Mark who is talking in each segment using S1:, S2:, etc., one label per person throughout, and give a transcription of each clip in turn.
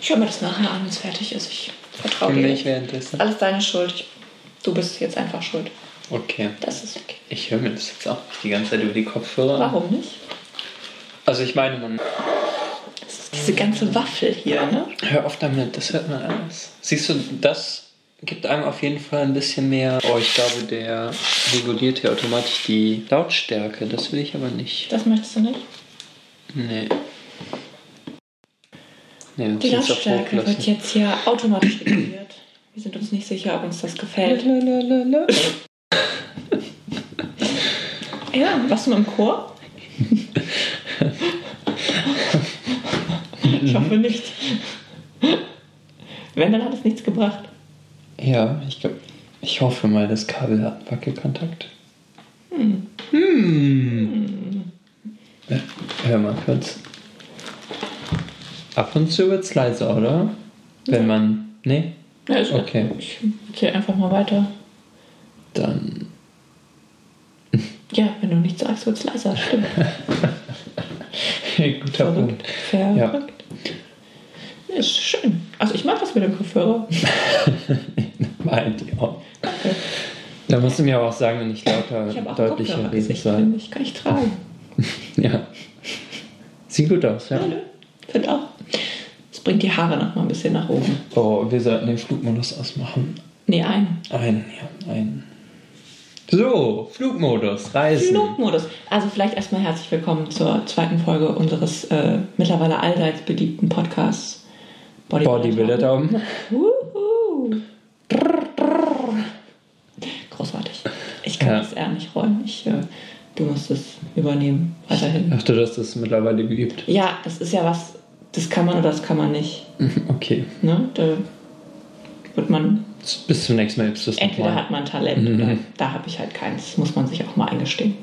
S1: Ich höre mir das nachher an, wenn es fertig ist. Ich vertraue dir
S2: Nicht
S1: nicht.
S2: währenddessen.
S1: Alles deine Schuld. Ich- Du bist jetzt einfach schuld.
S2: Okay.
S1: Das ist okay.
S2: Ich höre mir das jetzt auch nicht die ganze Zeit über die Kopfhörer. an.
S1: Warum nicht?
S2: Also ich meine, man
S1: Das ist diese ganze Waffel hier, ne?
S2: hört auf damit, das hört man alles. Siehst du, das gibt einem auf jeden Fall ein bisschen mehr. Oh, ich glaube, der reguliert hier automatisch die Lautstärke. Das will ich aber nicht.
S1: Das möchtest du nicht?
S2: Nee. Nee,
S1: Die
S2: das ist auf hoch
S1: Lautstärke wird
S2: lassen.
S1: jetzt hier automatisch reguliert. Wir sind uns nicht sicher, ob uns das gefällt.
S2: Lalalala.
S1: Ja, warst du mal im Chor? ich hoffe nicht. Wenn, dann hat es nichts gebracht.
S2: Ja, ich glaube, ich hoffe mal, das Kabel hat Wackelkontakt. Hm. Äh, Hör mal kurz. Ab und zu wird's leiser, oder? Wenn man. Nee?
S1: Ja, ist
S2: Okay.
S1: Ich gehe einfach mal weiter.
S2: Dann.
S1: Ja, wenn du nichts sagst, wird es leiser. Stimmt.
S2: Guter Punkt.
S1: Verrückt. Verrückt. Ist schön. Also ich mag das mit dem Kopfhörer.
S2: Meint ihr auch. Da musst du mir aber auch sagen, wenn ich lauter,
S1: Ich habe auch
S2: deutlicher
S1: Kopfhörer.
S2: reden
S1: Ich
S2: soll.
S1: kann ich kann nicht tragen.
S2: Ja. Sieht gut aus, ja.
S1: Hallo? Find auch. Das bringt die Haare noch mal ein bisschen nach oben.
S2: Oh, wir sollten den Flugmodus ausmachen.
S1: Nee, ein.
S2: Ein, ja, ein. So, Flugmodus, Reisen.
S1: Flugmodus. Also vielleicht erstmal herzlich willkommen zur zweiten Folge unseres äh, mittlerweile allseits beliebten Podcasts
S2: Bodybuilder Daumen.
S1: Wuhu. Großartig. Ich kann
S2: Ja.
S1: das eher nicht rollen. Ich, äh, du musst es übernehmen. Weiterhin.
S2: Ach du, das ist mittlerweile geübt.
S1: Ja, das ist ja was, das kann man oder das kann man nicht.
S2: Okay.
S1: Ne? Da wird man,
S2: Bis zum nächsten Mal übst du es
S1: entweder
S2: nochmal.
S1: hat man Talent oder da habe ich halt keins. Das muss man sich auch mal eingestehen.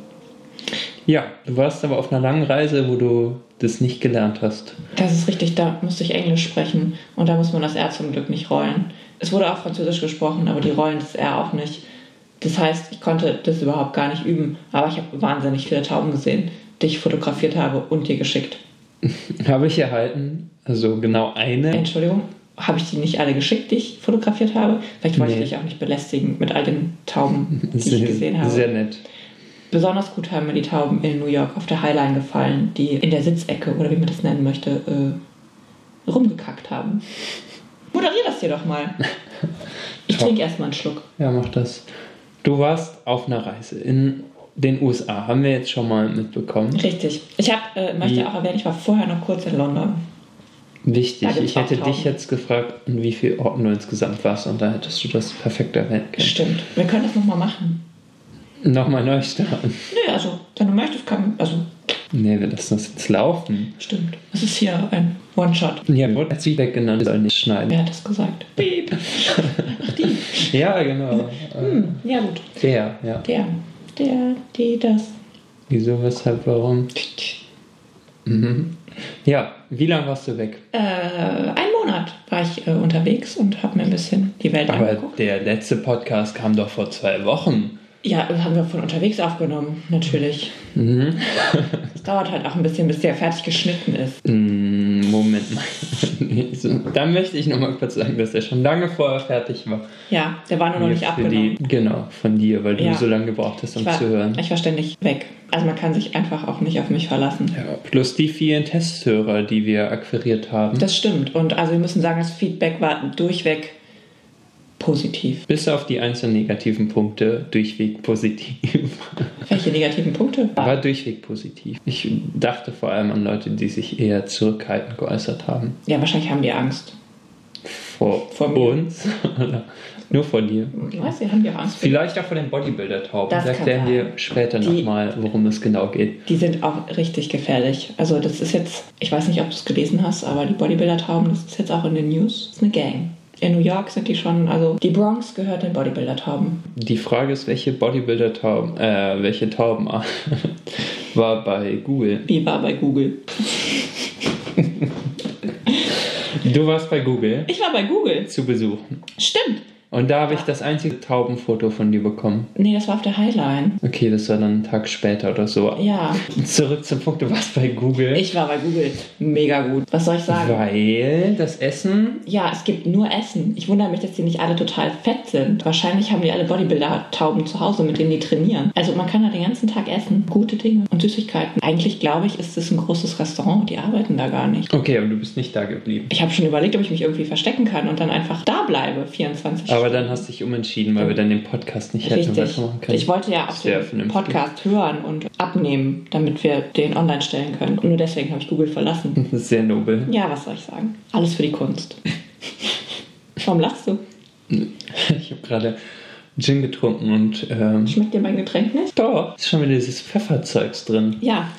S2: Ja, du warst aber auf einer langen Reise, wo du das nicht gelernt hast.
S1: Das ist richtig, da musste ich Englisch sprechen und da muss man das R zum Glück nicht rollen. Es wurde auch Französisch gesprochen, aber die rollen das R auch nicht. Das heißt, ich konnte das überhaupt gar nicht üben, aber ich habe wahnsinnig viele Tauben gesehen, die ich fotografiert habe und dir geschickt.
S2: Habe ich erhalten, also genau eine.
S1: Entschuldigung, habe ich die nicht alle geschickt, die ich fotografiert habe? Vielleicht wollte
S2: Nee.
S1: ich dich auch nicht belästigen mit all den Tauben, die ich gesehen habe.
S2: sehr nett.
S1: Besonders gut haben mir die Tauben in New York auf der Highline gefallen, die in der Sitzecke oder wie man das nennen möchte, äh, rumgekackt haben. Moderier das dir doch mal. Ich
S2: Top.
S1: trinke erstmal einen Schluck.
S2: Ja, mach das. Du warst auf einer Reise in den USA, haben wir jetzt schon mal mitbekommen.
S1: Richtig. Ich hab, äh, möchte
S2: Wie-
S1: auch erwähnen, ich war vorher noch kurz in London. Da
S2: Wichtig,
S1: gibt's
S2: ich hätte
S1: auch
S2: dich
S1: Tauben.
S2: jetzt gefragt, an wie vielen Orten du insgesamt warst und da hättest du das perfekt erwähnt. können.
S1: Stimmt. Wir können das nochmal machen.
S2: Nochmal neu starten.
S1: Nö, also, wenn du möchtest, kann. Also,
S2: Nee, wir lassen das jetzt laufen.
S1: stimmt. Es ist hier ein One-Shot.
S2: Ja, wurde als Feedback genannt, soll nicht schneiden.
S1: Wer hat das gesagt? Piep. Ach, die.
S2: Ja, genau. Äh,
S1: Hm, ja, gut.
S2: Der, ja.
S1: Der. Der, die, das.
S2: Wieso, weshalb, warum? Mhm. Ja, wie lange warst du weg?
S1: Äh, einen Monat war ich äh, unterwegs und habe mir ein bisschen die Welt
S2: Aber
S1: angeguckt.
S2: der letzte Podcast kam doch vor zwei Wochen.
S1: Ja, das haben wir von unterwegs aufgenommen, natürlich.
S2: Mhm.
S1: Es dauert halt auch ein bisschen, bis der fertig geschnitten ist.
S2: Hm, Moment mal. Nee, so, Dann möchte ich nochmal kurz sagen, dass er schon lange vorher fertig war.
S1: Ja, der war nur noch
S2: Hier
S1: nicht
S2: für die,
S1: abgenommen.
S2: genau, von dir, weil du
S1: Ja.
S2: so lange gebraucht hast, um
S1: Ich war,
S2: zu hören.
S1: ich war ständig weg. Also man kann sich einfach auch nicht auf mich verlassen.
S2: Ja, plus die vielen Testhörer, die wir akquiriert haben.
S1: Das stimmt. Und also wir müssen sagen, das Feedback war durchweg positiv.
S2: Bis auf die einzelnen negativen Punkte durchweg positiv.
S1: Welche negativen Punkte?
S2: War durchweg positiv. Ich dachte vor allem an Leute, die sich eher zurückhaltend geäußert haben.
S1: Ja, wahrscheinlich haben die Angst.
S2: Vor,
S1: Vor mir.
S2: uns oder nur vor dir.
S1: Ich weiß, die haben ja Angst.
S2: Vielleicht auch vor den Bodybuilder-Tauben.
S1: Das
S2: Da
S1: kann
S2: erklären
S1: sein.
S2: wir später
S1: Die-
S2: nochmal, worum es genau geht.
S1: Die sind auch richtig gefährlich. Also das ist jetzt, ich weiß nicht, ob du es gelesen hast, aber die Bodybuilder-Tauben, das ist jetzt auch in den News. Das ist eine Gang. In New York sind die schon, also die Bronx gehört den Bodybuilder-Tauben.
S2: Die Frage ist, welche Bodybuilder-Tauben, äh, welche Tauben war bei Google?
S1: Die war bei Google.
S2: Du warst bei Google
S1: Ich war bei Google.
S2: zu Besuch.
S1: Stimmt.
S2: Und da habe ich das einzige Taubenfoto von dir bekommen.
S1: Nee, das war auf der Highline.
S2: Okay, das war dann einen Tag später oder so.
S1: Ja,
S2: Zurück zum Punkt, du warst bei Google.
S1: ich war bei Google mega gut. Was soll ich sagen?
S2: weil das Essen.
S1: Ja, es gibt nur Essen. Ich wundere mich, dass die nicht alle total fett sind. Wahrscheinlich haben die alle Bodybuilder-Tauben zu Hause, mit denen die trainieren. Also man kann da den ganzen Tag essen. Gute Dinge und Süßigkeiten. Eigentlich glaube ich, ist es ein großes Restaurant. Die arbeiten da gar nicht.
S2: Okay, aber du bist nicht da geblieben.
S1: Ich habe schon überlegt, ob ich mich irgendwie verstecken kann und dann einfach da bleibe, 24
S2: Aber dann hast du dich umentschieden, weil wir dann den Podcast nicht hätten
S1: Richtig.
S2: weitermachen können.
S1: Ich wollte ja auch
S2: Sehr
S1: den
S2: vernünftig.
S1: Podcast hören und abnehmen, damit wir den online stellen können. Und nur deswegen habe ich Google verlassen.
S2: Sehr nobel.
S1: Ja, was soll ich sagen? Alles für die Kunst. Warum lachst du?
S2: Ich habe gerade Gin getrunken und ähm,
S1: Schmeckt dir mein Getränk nicht?
S2: doch, ist schon wieder dieses Pfefferzeugs drin.
S1: Ja.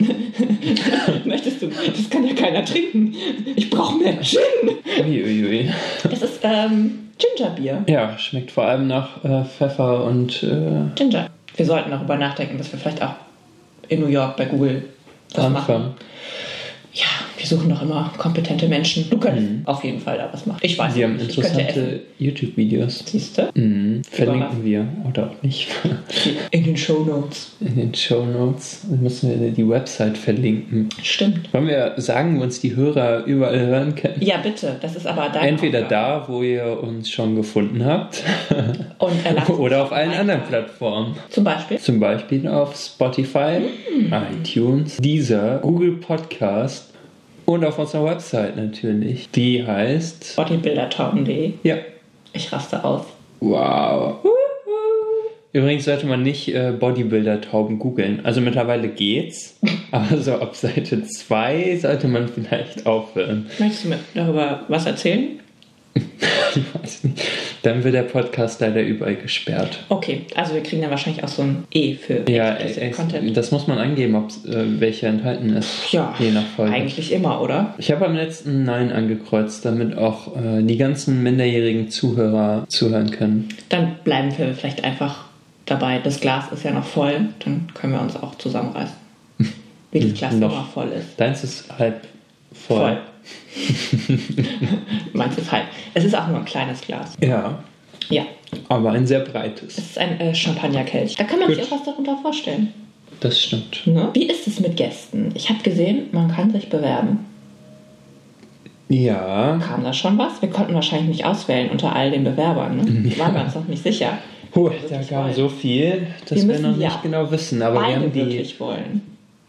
S1: Möchtest du? Das kann ja keiner trinken. Ich brauche mehr Gin.
S2: Uiuiui.
S1: Das ist ähm, Gingerbier.
S2: Ja, schmeckt vor allem nach äh, Pfeffer und äh,
S1: Ginger. Wir sollten darüber nachdenken, dass wir vielleicht auch in New York bei Google was machen.
S2: Anfang.
S1: Ja, wir suchen doch immer kompetente Menschen. Du könntest auf jeden Fall da was machen. Ich weiß
S2: Mhm. Sie haben
S1: nicht, ich könnte essen.
S2: interessante YouTube-Videos.
S1: Siehst du?
S2: Mhm. Verlinken
S1: Überraschend.
S2: wir oder auch nicht.
S1: In den Show Notes.
S2: In den Show Notes müssen wir die Website verlinken.
S1: Stimmt.
S2: Wollen wir sagen, wo uns die Hörer überall hören können?
S1: Ja, bitte. Das ist aber dein
S2: Entweder da, wo ihr uns schon gefunden habt,
S1: Und er lasst-
S2: oder auf allen anderen Plattformen.
S1: Zum Beispiel.
S2: Zum Beispiel auf Spotify, iTunes, Deezer, Google Podcast und auf unserer Website natürlich. Die heißt.
S1: Bodybuildertauben.de.
S2: Ja.
S1: Ich raste aus.
S2: Wow. Übrigens sollte man nicht äh, Bodybuilder-Tauben googeln. Also mittlerweile geht's. Aber so ab Seite 2 sollte man vielleicht aufhören.
S1: Möchtest du mir darüber was erzählen?
S2: Ich weiß nicht. Dann wird der Podcast leider überall gesperrt.
S1: Okay, also wir kriegen dann wahrscheinlich auch so ein E für
S2: Ja,
S1: Explicit
S2: ex
S1: Content.
S2: das muss man angeben, ob äh, welcher enthalten ist.
S1: Ja,
S2: Je nach Folge.
S1: eigentlich immer, oder?
S2: Ich habe am letzten Nein angekreuzt, damit auch äh, die ganzen minderjährigen Zuhörer zuhören können.
S1: Dann bleiben wir vielleicht einfach dabei. Das Glas ist ja noch voll, dann können wir uns auch zusammenreißen. Wie das Glas
S2: Noch.
S1: immer voll ist.
S2: Deins ist halb voll.
S1: Voll. Meins ist halb. Es ist auch nur ein kleines Glas.
S2: Ja,
S1: Ja,
S2: aber ein sehr breites.
S1: es ist ein äh, Champagnerkelch. Da kann man sich
S2: Gut.
S1: auch was darunter vorstellen.
S2: Das stimmt.
S1: Ne? Wie ist es mit Gästen? Ich habe gesehen, man kann sich bewerben.
S2: Ja.
S1: Kam da schon was? Wir konnten wahrscheinlich nicht auswählen unter all den Bewerbern. Ne? Waren wir uns noch nicht sicher.
S2: Puh,
S1: Also,
S2: da
S1: ich
S2: kam
S1: weiß.
S2: so viel, dass
S1: Wir
S2: wir,
S1: müssen
S2: noch nicht
S1: ja
S2: genau wissen. Aber wir
S1: Beide
S2: haben die.
S1: wirklich wollen.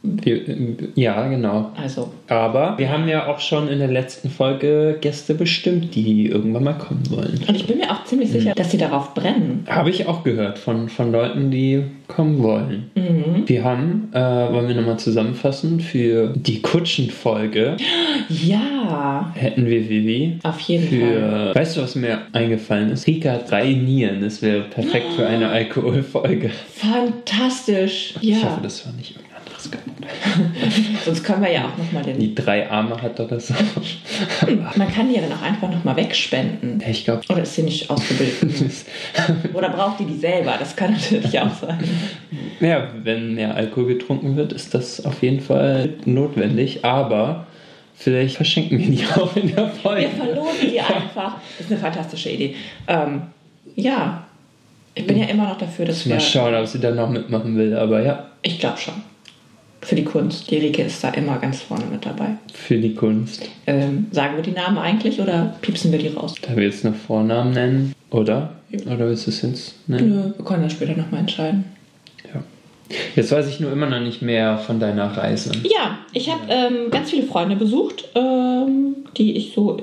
S2: Wir, äh, ja, genau.
S1: Also,
S2: Aber wir haben ja auch schon in der letzten Folge Gäste bestimmt, die irgendwann mal kommen wollen.
S1: und ich bin mir auch ziemlich
S2: Mhm.
S1: sicher, dass sie darauf brennen.
S2: Habe ich auch gehört von, von Leuten, die kommen wollen.
S1: Mhm.
S2: Wir haben, äh, wollen wir nochmal zusammenfassen, für die Kutschenfolge
S1: Ja,
S2: hätten wir Vivi.
S1: auf jeden Fall.
S2: Für, weißt du, was mir eingefallen ist? Rika hat drei Nieren. Das wäre perfekt für eine Alkoholfolge.
S1: Fantastisch.
S2: Ich hoffe,
S1: Ah. Ja,
S2: das war nicht irgendein anderes gemeint.
S1: sonst können wir ja auch nochmal den...
S2: Die drei Arme hat oder so.
S1: Man kann die ja dann auch einfach nochmal wegspenden.
S2: Ich glaube,
S1: Oder ist sie nicht ausgebildet? Oder braucht die die selber? Das kann natürlich auch sein.
S2: ja, wenn mehr Alkohol getrunken wird, ist das auf jeden Fall notwendig. Aber vielleicht verschenken wir die auch in der Folge.
S1: Wir verlosen die einfach. Das ist eine fantastische Idee. Ähm, ja, ich bin ja immer noch dafür, dass wir...
S2: Mal schauen, ob sie dann noch mitmachen will. Aber ja,
S1: Ich glaube schon. Für die Kunst. Die Rike ist da immer ganz vorne mit dabei.
S2: für die Kunst.
S1: Ähm, sagen wir die Namen eigentlich oder piepsen wir die raus?
S2: Da wir jetzt noch Vornamen nennen, oder? Oder willst du es jetzt nennen?
S1: Nö, wir können das später nochmal entscheiden.
S2: Ja. Jetzt weiß ich nur immer noch nicht mehr von deiner Reise.
S1: Ja, ich habe ähm, ganz viele Freunde besucht, ähm, die ich so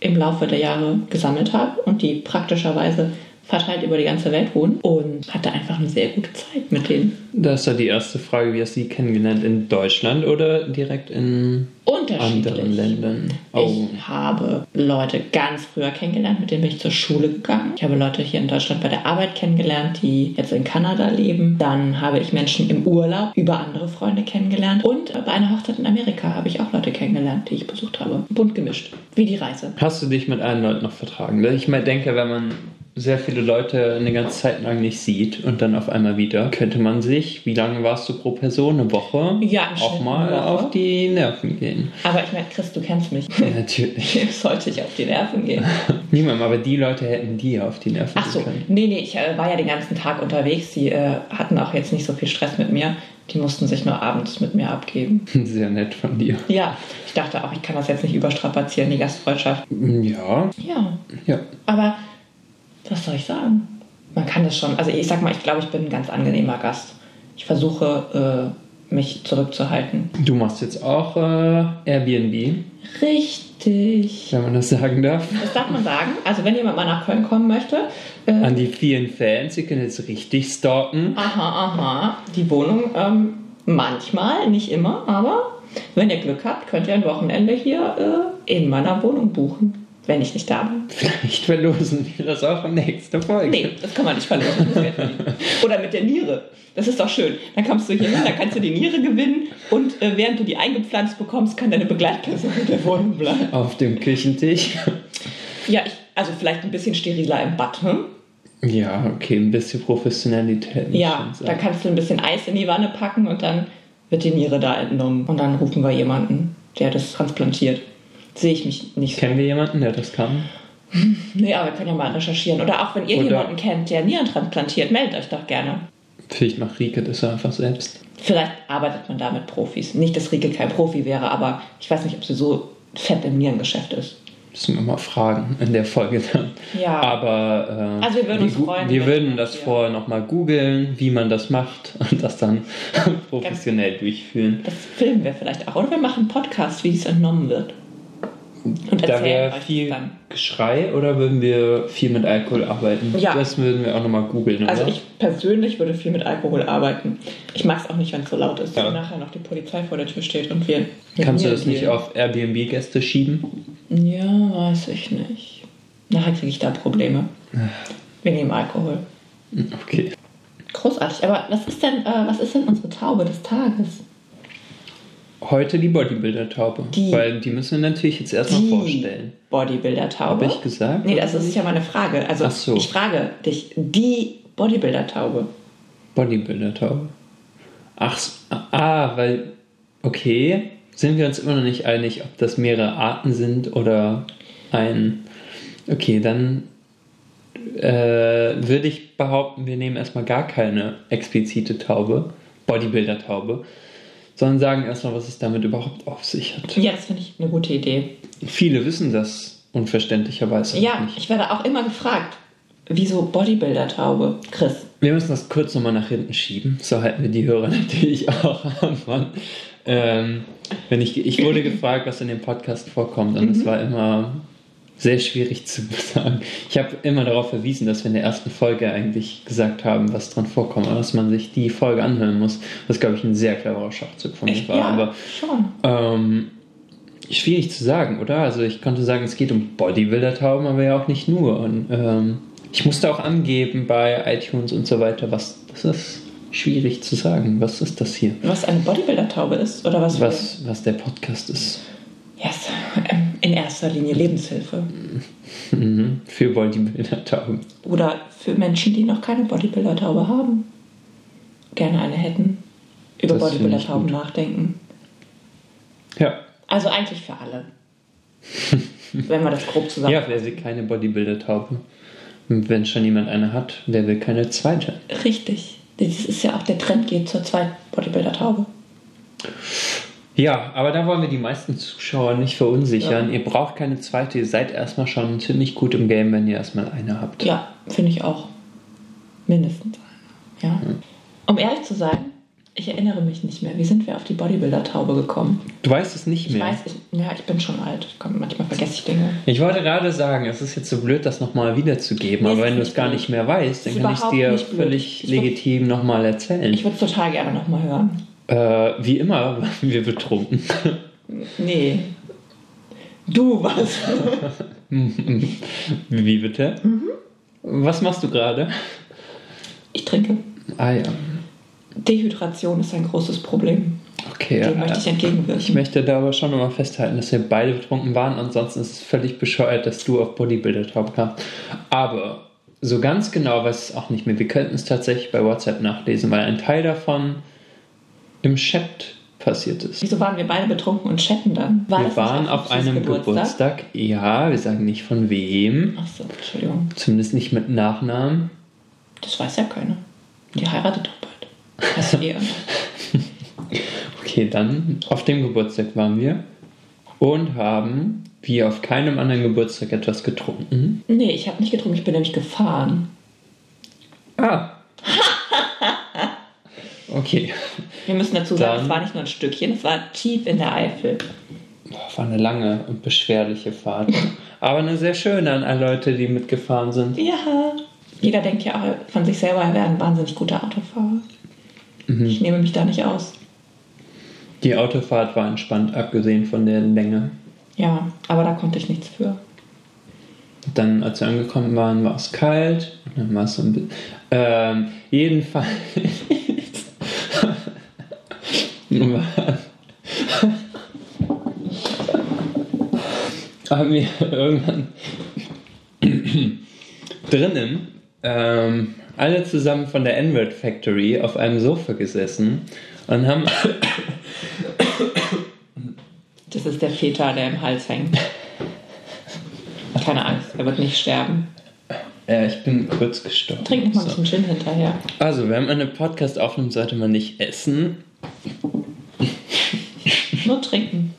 S1: im Laufe der Jahre gesammelt habe und die praktischerweise verteilt über die ganze Welt wohnen und hatte einfach eine sehr gute Zeit mit denen.
S2: Da ist ja die erste Frage, wie hast du die kennengelernt? In Deutschland oder direkt in anderen
S1: Unterschiedlich.
S2: Ländern? Oh.
S1: Ich habe Leute ganz früher kennengelernt, mit denen bin ich zur Schule gegangen. Ich habe Leute hier in Deutschland bei der Arbeit kennengelernt, die jetzt in Kanada leben. Dann habe ich Menschen im Urlaub über andere Freunde kennengelernt. Und äh, bei einer Hochzeit in Amerika habe ich auch Leute kennengelernt, die ich besucht habe. Bunt gemischt. Wie die Reise.
S2: Hast du dich mit allen Leuten noch vertragen? Ich mal Ne? denke, wenn man sehr viele Leute eine ganze Zeit lang nicht sieht und dann auf einmal wieder, könnte man sich, wie lange warst du pro Person? Eine Woche?
S1: Ja, im Schnitt
S2: Auch mal
S1: eine Woche.
S2: auf die Nerven gehen.
S1: Aber ich meine, Chris, du kennst mich.
S2: Natürlich.
S1: Wem sollte ich auf die Nerven gehen?
S2: Niemandem, aber die Leute hätten dir auf die Nerven
S1: Ach so,
S2: gehen können.
S1: nee, nee, ich äh, war ja den ganzen Tag unterwegs. Die äh, hatten auch jetzt nicht so viel Stress mit mir. Die mussten sich nur abends mit mir abgeben.
S2: Sehr nett von dir.
S1: Ja, ich dachte auch, ich kann das jetzt nicht überstrapazieren, die Gastfreundschaft.
S2: Ja,
S1: Ja,
S2: ja.
S1: aber was soll ich sagen? Man kann das schon. Also ich sag mal, ich glaube, ich bin ein ganz angenehmer Gast. Ich versuche, äh, mich zurückzuhalten.
S2: Du machst jetzt auch äh, Airbnb,
S1: Richtig.
S2: wenn man das sagen darf.
S1: Das darf man sagen. Also wenn jemand mal nach Köln kommen möchte, äh,
S2: An die vielen Fans, ihr könnt jetzt richtig stalken.
S1: Aha, aha. Die Wohnung ähm, manchmal, nicht immer, aber wenn ihr Glück habt, könnt ihr ein Wochenende hier äh, in meiner Wohnung buchen, wenn ich nicht da bin.
S2: Vielleicht verlosen wir das auch in nächster Folge.
S1: Nee, das kann man nicht verlieren. Das muss Geld verdienen. Oder mit der Niere. Das ist doch schön. Dann kommst du hier hin, dann kannst du die Niere gewinnen und äh, während du die eingepflanzt bekommst, kann deine Begleitperson in der Wohnung bleiben.
S2: Auf dem Küchentisch.
S1: Ja, ich, also vielleicht ein bisschen steriler im Bad, hm?
S2: Ja, okay, ein bisschen Professionalität. muss
S1: Ja,
S2: schon sein.
S1: da kannst du ein bisschen Eis in die Wanne packen und dann wird die Niere da entnommen. Und dann rufen wir jemanden, der das transplantiert. Sehe ich mich nicht so.
S2: Kennen wir jemanden, der das kann?
S1: Nee, aber wir können ja mal recherchieren. Oder auch wenn ihr
S2: Oder-
S1: jemanden kennt, der Nieren transplantiert, meldet euch doch gerne.
S2: Vielleicht macht Rike das einfach selbst.
S1: Vielleicht arbeitet man da mit Profis. Nicht, dass Rike kein Profi wäre, aber ich weiß nicht, ob sie so fett im Nierengeschäft ist.
S2: Müssen wir mal fragen in der Folge dann.
S1: Ja.
S2: Aber äh,
S1: Also wir würden
S2: wie
S1: uns
S2: gu-
S1: freuen,
S2: Wir
S1: wenn
S2: würden
S1: ihr-
S2: das vorher nochmal googeln, wie man das macht und das dann professionell durchführen.
S1: Das filmen wir vielleicht auch. Oder wir machen einen Podcast, wie es entnommen wird. Und
S2: Da
S1: erzählen
S2: wäre
S1: euch
S2: viel
S1: das dann.
S2: Geschrei oder würden wir viel mit Alkohol arbeiten?
S1: Ja.
S2: Das würden wir auch nochmal googeln,
S1: Also
S2: oder?
S1: ich persönlich würde viel mit Alkohol arbeiten. Ich mag es auch nicht, wenn es so laut ist
S2: Ja.
S1: und nachher noch die Polizei vor der Tür steht und wir.
S2: Kannst du das
S1: wir-
S2: nicht auf Airbnb-Gäste schieben?
S1: Ja, weiß ich nicht. Nachher kriege ich da Probleme. Wir nehmen Alkohol.
S2: Okay.
S1: Großartig. Aber was ist denn, äh, was ist denn unsere Taube des Tages?
S2: Heute die Bodybuilder-Taube.
S1: Die.
S2: Weil die müssen wir natürlich jetzt erstmal vorstellen.
S1: Bodybuilder-Taube.
S2: Habe ich gesagt?
S1: Nee, das ist sicher meine Frage. Also
S2: Ach so.
S1: ich frage dich, die Bodybuilder-Taube.
S2: Bodybuilder-Taube. Ach, s- ah, weil, okay, sind wir uns immer noch nicht einig, ob das mehrere Arten sind oder ein. Okay, dann äh, würde ich behaupten, wir nehmen erstmal gar keine explizite Taube, Bodybuilder-Taube, sondern sagen erstmal, was es damit überhaupt auf sich hat.
S1: Ja, das finde ich eine gute Idee.
S2: Viele wissen das unverständlicherweise
S1: Ja,
S2: nicht.
S1: ich werde auch immer gefragt, wieso Bodybuilder-Taube? Chris.
S2: Wir müssen das kurz nochmal nach hinten schieben. So halten wir die Hörer natürlich auch an. Mann. Ähm, wenn ich, ich wurde gefragt, was in dem Podcast vorkommt, und es war immer sehr schwierig zu sagen. Ich habe immer darauf verwiesen, dass wir in der ersten Folge eigentlich gesagt haben, was dran vorkommt, aber dass man sich die Folge anhören muss. Was, glaube ich, ein sehr cleverer Schachzug von mir
S1: Ich,
S2: war.
S1: ja,
S2: Aber
S1: schon.
S2: ähm, schwierig zu sagen, oder? Also ich konnte sagen, es geht um Bodybuilder-Tauben, aber ja auch nicht nur. Und ähm, ich musste auch angeben bei iTunes und so weiter, was das ist schwierig zu sagen. Was ist das hier?
S1: Was eine Bodybuilder-Taube ist oder was?
S2: Was, was der Podcast ist.
S1: Yes. ähm, In erster Linie Lebenshilfe.
S2: Mhm. Für Bodybuilder-Tauben.
S1: Oder für Menschen, die noch keine Bodybuilder-Taube haben, gerne eine hätten. Über
S2: Das finde ich
S1: Bodybuilder-Tauben nachdenken.
S2: Ja.
S1: Also eigentlich für alle. Wenn man das grob zusammen.
S2: Ja, wer will keine Bodybuilder-Taube? Und Wenn schon jemand eine hat, wer will keine zweite?
S1: Richtig. Das ist ja auch der Trend, geht zur zweiten Bodybuilder-Taube.
S2: Ja, aber da wollen wir die meisten Zuschauer nicht verunsichern. Ihr braucht keine zweite, ihr seid erstmal schon ziemlich gut im Game, wenn ihr erstmal eine habt.
S1: Ja, finde ich auch. Mindestens eine. Ja.
S2: Mhm.
S1: Um ehrlich zu sein, ich erinnere mich nicht mehr. Wie sind wir auf die Bodybuilder-Taube gekommen?
S2: Du weißt es nicht
S1: Ich
S2: mehr.
S1: weiß, ich, ja, ich bin schon alt. Komm, manchmal vergesse ich Dinge.
S2: Ich wollte gerade sagen, es ist jetzt so blöd, das nochmal wiederzugeben,
S1: Nee,
S2: aber
S1: es
S2: wenn
S1: ist
S2: du es
S1: nicht
S2: gar
S1: blöd.
S2: nicht mehr weißt, dann
S1: Es ist
S2: kann ich es
S1: überhaupt
S2: dir
S1: nicht blöd.
S2: völlig
S1: Ich würd-
S2: legitim nochmal erzählen.
S1: Ich würde es total gerne nochmal hören.
S2: äh, wie immer waren wir betrunken.
S1: Nee. Du was?
S2: wie bitte?
S1: Mhm.
S2: Was machst du gerade?
S1: Ich trinke.
S2: Ah ja,
S1: Dehydration ist ein großes Problem.
S2: okay.
S1: Dem möchte ich entgegenwirken.
S2: äh, Ich möchte da aber schon nochmal festhalten, dass wir beide betrunken waren. Ansonsten ist es völlig bescheuert, dass du auf Bodybuilder drauf kamst. Aber so ganz genau weiß ich es auch nicht mehr. Wir könnten es tatsächlich bei WhatsApp nachlesen, weil ein Teil davon im Chat passiert ist.
S1: Wieso waren wir beide betrunken und chatten dann? War das
S2: wir
S1: nicht
S2: waren auf
S1: Christus
S2: einem Geburtstag. Ja, wir sagen nicht von wem.
S1: Ach so, Entschuldigung.
S2: Zumindest nicht mit Nachnamen.
S1: Das weiß ja keiner. Die heiratet doch bald. Das ist ihr.
S2: Okay, dann auf dem Geburtstag waren wir und haben wie auf keinem anderen Geburtstag etwas getrunken.
S1: Nee, ich habe nicht getrunken, ich bin nämlich gefahren.
S2: Ah. Okay.
S1: Wir müssen dazu sagen,
S2: Dann-
S1: es war nicht nur ein Stückchen, es war tief in der Eifel.
S2: Boah, war eine lange und beschwerliche Fahrt. Aber eine sehr schöne an alle Leute, die mitgefahren sind.
S1: Ja. Jeder denkt ja auch von sich selber, er wäre ein wahnsinnig guter Autofahrer.
S2: Mhm.
S1: Ich nehme mich da nicht aus.
S2: Die Autofahrt war entspannt, abgesehen von der Länge.
S1: Ja, aber da konnte ich nichts für.
S2: Dann, als wir angekommen waren, war es kalt. Und dann war es so ein bisschen. Ähm, jedenfalls. war- haben wir irgendwann drinnen ähm, alle zusammen von der N-Word Factory auf einem Sofa gesessen und haben
S1: Das ist der Väter, der im Hals hängt. Keine Angst, er wird nicht sterben.
S2: Ja, äh, ich bin kurz gestorben.
S1: Trink noch mal ein
S2: So.
S1: bisschen Gin hinterher.
S2: Also, wenn man einen Podcast aufnimmt, sollte man nicht essen.
S1: Nur trinken.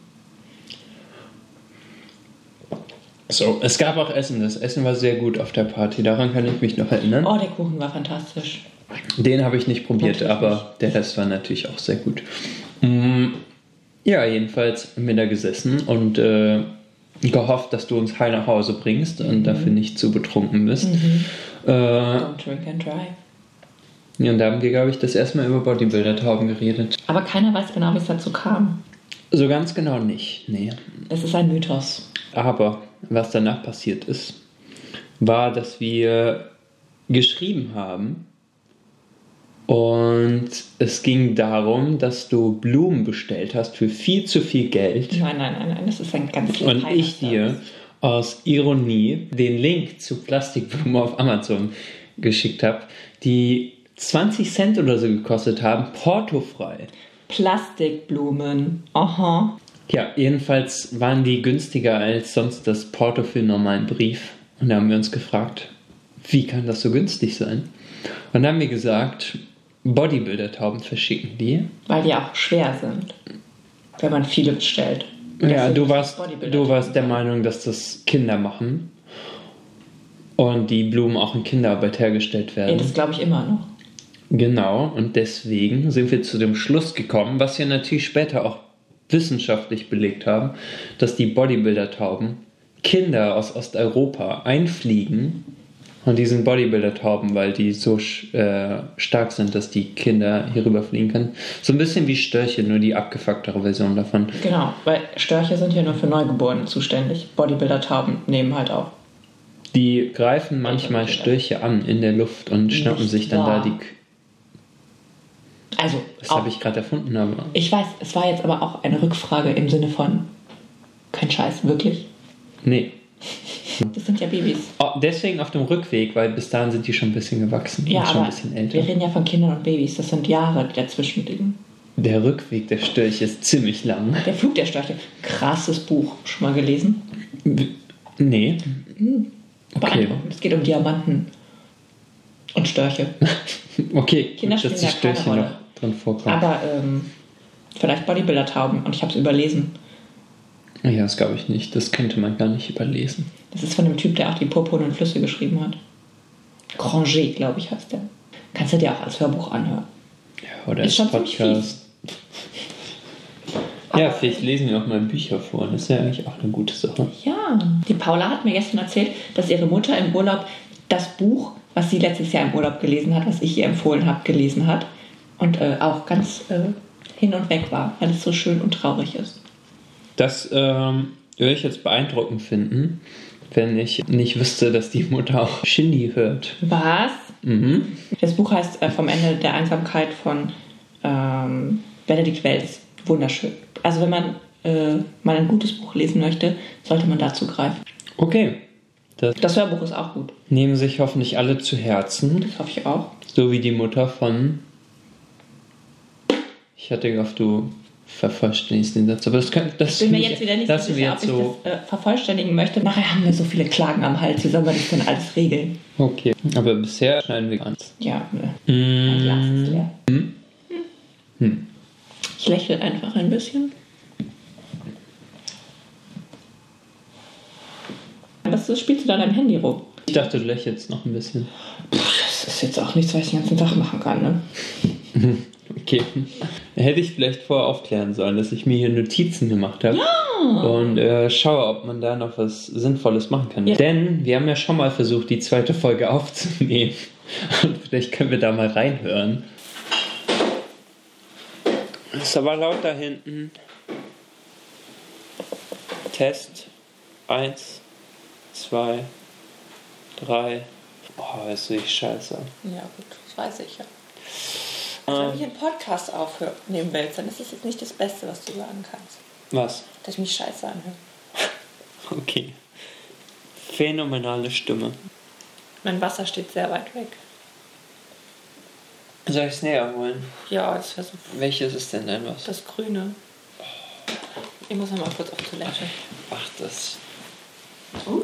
S2: So, es gab auch Essen. Das Essen war sehr gut auf der Party. Daran kann ich mich noch erinnern.
S1: Oh, der Kuchen war fantastisch.
S2: Den habe ich nicht probiert,
S1: Natürlich
S2: aber der Rest war natürlich auch sehr gut. Mm, Ja, jedenfalls haben wir da gesessen und äh, gehofft, dass du uns heil nach Hause bringst und dafür nicht zu betrunken bist. Äh,
S1: Don't drink and drive.
S2: ja, und da haben wir, glaube ich, das erste Mal über Bodybuilder-Tauben geredet.
S1: Aber keiner weiß genau, wie es dazu kam.
S2: So ganz genau nicht, nee.
S1: Es ist ein Mythos.
S2: Aber was danach passiert ist, war, dass wir geschrieben haben und es ging darum, dass du Blumen bestellt hast für viel zu viel Geld
S1: Nein, nein, nein, nein, das ist ein ganz
S2: und
S1: feiner
S2: ich
S1: Satz.
S2: dir aus Ironie den Link zu Plastikblumen auf Amazon geschickt habe, die 20 Cent oder so gekostet haben, portofrei.
S1: Plastikblumen. Aha.
S2: Ja, jedenfalls waren die günstiger als sonst das Porto für einen normalen Brief. Und da haben wir uns gefragt, wie kann das so günstig sein? Und dann haben wir gesagt, Bodybuilder-Tauben verschicken die.
S1: Weil die auch schwer sind. Wenn man viele bestellt.
S2: Ja,
S1: Deswegen
S2: du
S1: ist
S2: warst,
S1: Bodybuilder-
S2: du warst der Meinung, dass das Kinder machen. Und die Blumen auch in Kinderarbeit hergestellt
S1: Ja,
S2: werden.
S1: das glaube ich immer noch.
S2: Genau, und deswegen sind wir zu dem Schluss gekommen, was wir natürlich später auch wissenschaftlich belegt haben, dass die Bodybuilder-Tauben Kinder aus Osteuropa einfliegen und die sind Bodybuilder-Tauben, weil die so sch- äh, stark sind, dass die Kinder hier rüberfliegen können. So ein bisschen wie Störche, nur die abgefucktere Version davon.
S1: Genau, weil Störche sind ja nur für Neugeborene zuständig. Bodybuilder-Tauben nehmen halt auch.
S2: Die greifen manchmal
S1: Bodybuilder.
S2: Störche an in der Luft und schnappen
S1: Nicht
S2: sich dann da
S1: wahr.
S2: die... K-
S1: Also,
S2: Das
S1: auch,
S2: habe
S1: ich.
S2: ich gerade erfunden, aber...
S1: weiß, es war jetzt aber auch eine Rückfrage im Sinne von, kein Scheiß, wirklich?
S2: Nee. Hm.
S1: Das sind ja Babys.
S2: Oh, deswegen auf dem Rückweg, weil bis dahin sind die schon ein bisschen gewachsen
S1: Ja,
S2: und schon
S1: aber
S2: ein bisschen
S1: wir
S2: älter.
S1: reden ja von Kindern und Babys. Das sind Jahre, die dazwischen liegen.
S2: Der Rückweg der Störche ist ziemlich lang.
S1: Der Flug der Störche. Krasses Buch. Schon mal gelesen?
S2: Nee.
S1: Hm.
S2: Okay,
S1: Beeindruckend. Es geht um Diamanten und Störche.
S2: okay
S1: Kinder
S2: gut, dass die
S1: spielen da keine
S2: Störche
S1: Rolle.
S2: noch drin vorkommen.
S1: Aber ähm, vielleicht Bodybuilder-Tauben. Und ich habe es überlesen.
S2: ja, das glaube ich nicht. Das könnte man gar nicht überlesen.
S1: Das ist von dem Typ, der auch die purpurnen Flüsse geschrieben hat. Granger, glaube ich, heißt der. Kannst du dir auch als Hörbuch anhören.
S2: Ja, oder
S1: Ist
S2: als
S1: schon ziemlich
S2: Podcast. Ja,
S1: Aber-
S2: vielleicht lesen wir auch mal Bücher vor. Das ist ja eigentlich auch eine gute Sache.
S1: Ja. Die Paula hat mir gestern erzählt, dass ihre Mutter im Urlaub das Buch, was sie letztes Jahr im Urlaub gelesen hat, was ich ihr empfohlen habe, gelesen hat. Und äh, auch ganz äh, hin und weg war, weil es so schön und traurig ist.
S2: Das ähm, würde ich jetzt beeindruckend finden, wenn ich nicht wüsste, dass die Mutter auch Shindy hört.
S1: Was?
S2: Mhm.
S1: Das Buch heißt äh, Vom Ende der Einsamkeit von ähm, Benedikt Wells. Wunderschön. Also wenn man äh, mal ein gutes Buch lesen möchte, sollte man dazu greifen.
S2: Okay, Das
S1: Das Hörbuch ist auch gut.
S2: nehmen sich hoffentlich alle zu Herzen,
S1: Das hoffe ich auch.
S2: so wie die Mutter von. Ich hatte gehofft, du vervollständigst den Satz, aber das kann. Das
S1: Ich bin mir
S2: finde
S1: jetzt wieder nicht
S2: lassen
S1: so sicher, ob
S2: wir jetzt
S1: ich
S2: so.
S1: das äh, vervollständigen möchte. Nachher haben wir so viele Klagen am Hals. Wie soll man das denn alles regeln?
S2: Okay, aber bisher schneiden wir an.
S1: Ja, äh, mein Glas
S2: Mm,
S1: ist leer.
S2: Hm.
S1: Ich lächle einfach ein bisschen. Was spielst du da an deinem Handy rum?
S2: ich dachte, du lächelst noch ein bisschen.
S1: Das ist jetzt auch nichts, was ich den ganzen Tag machen kann, ne?
S2: Okay. Hätte ich vielleicht vorher aufklären sollen, dass ich mir hier Notizen gemacht habe und äh, schaue, ob man da noch was Sinnvolles machen kann.
S1: Ja.
S2: Denn wir haben ja schon mal versucht, die zweite Folge aufzunehmen. Und vielleicht können wir da mal reinhören. Ist aber laut da hinten. Test. Eins, zwei, drei. Oh, ist richtig scheiße.
S3: Ja, gut, das weiß ich ja. Also, wenn ich einen Podcast aufnehmen willst, dann ist das jetzt nicht das Beste, was du sagen kannst.
S2: Was?
S3: Dass ich mich scheiße anhöre.
S2: Okay. Phänomenale Stimme.
S3: Mein Wasser steht sehr weit weg.
S2: Soll ich es näher holen?
S3: Ja, das wäre so
S2: Welches ist denn dein was?
S3: das Grüne. Ich muss noch mal kurz auf Toilette.
S2: Ach, das.
S3: Oh.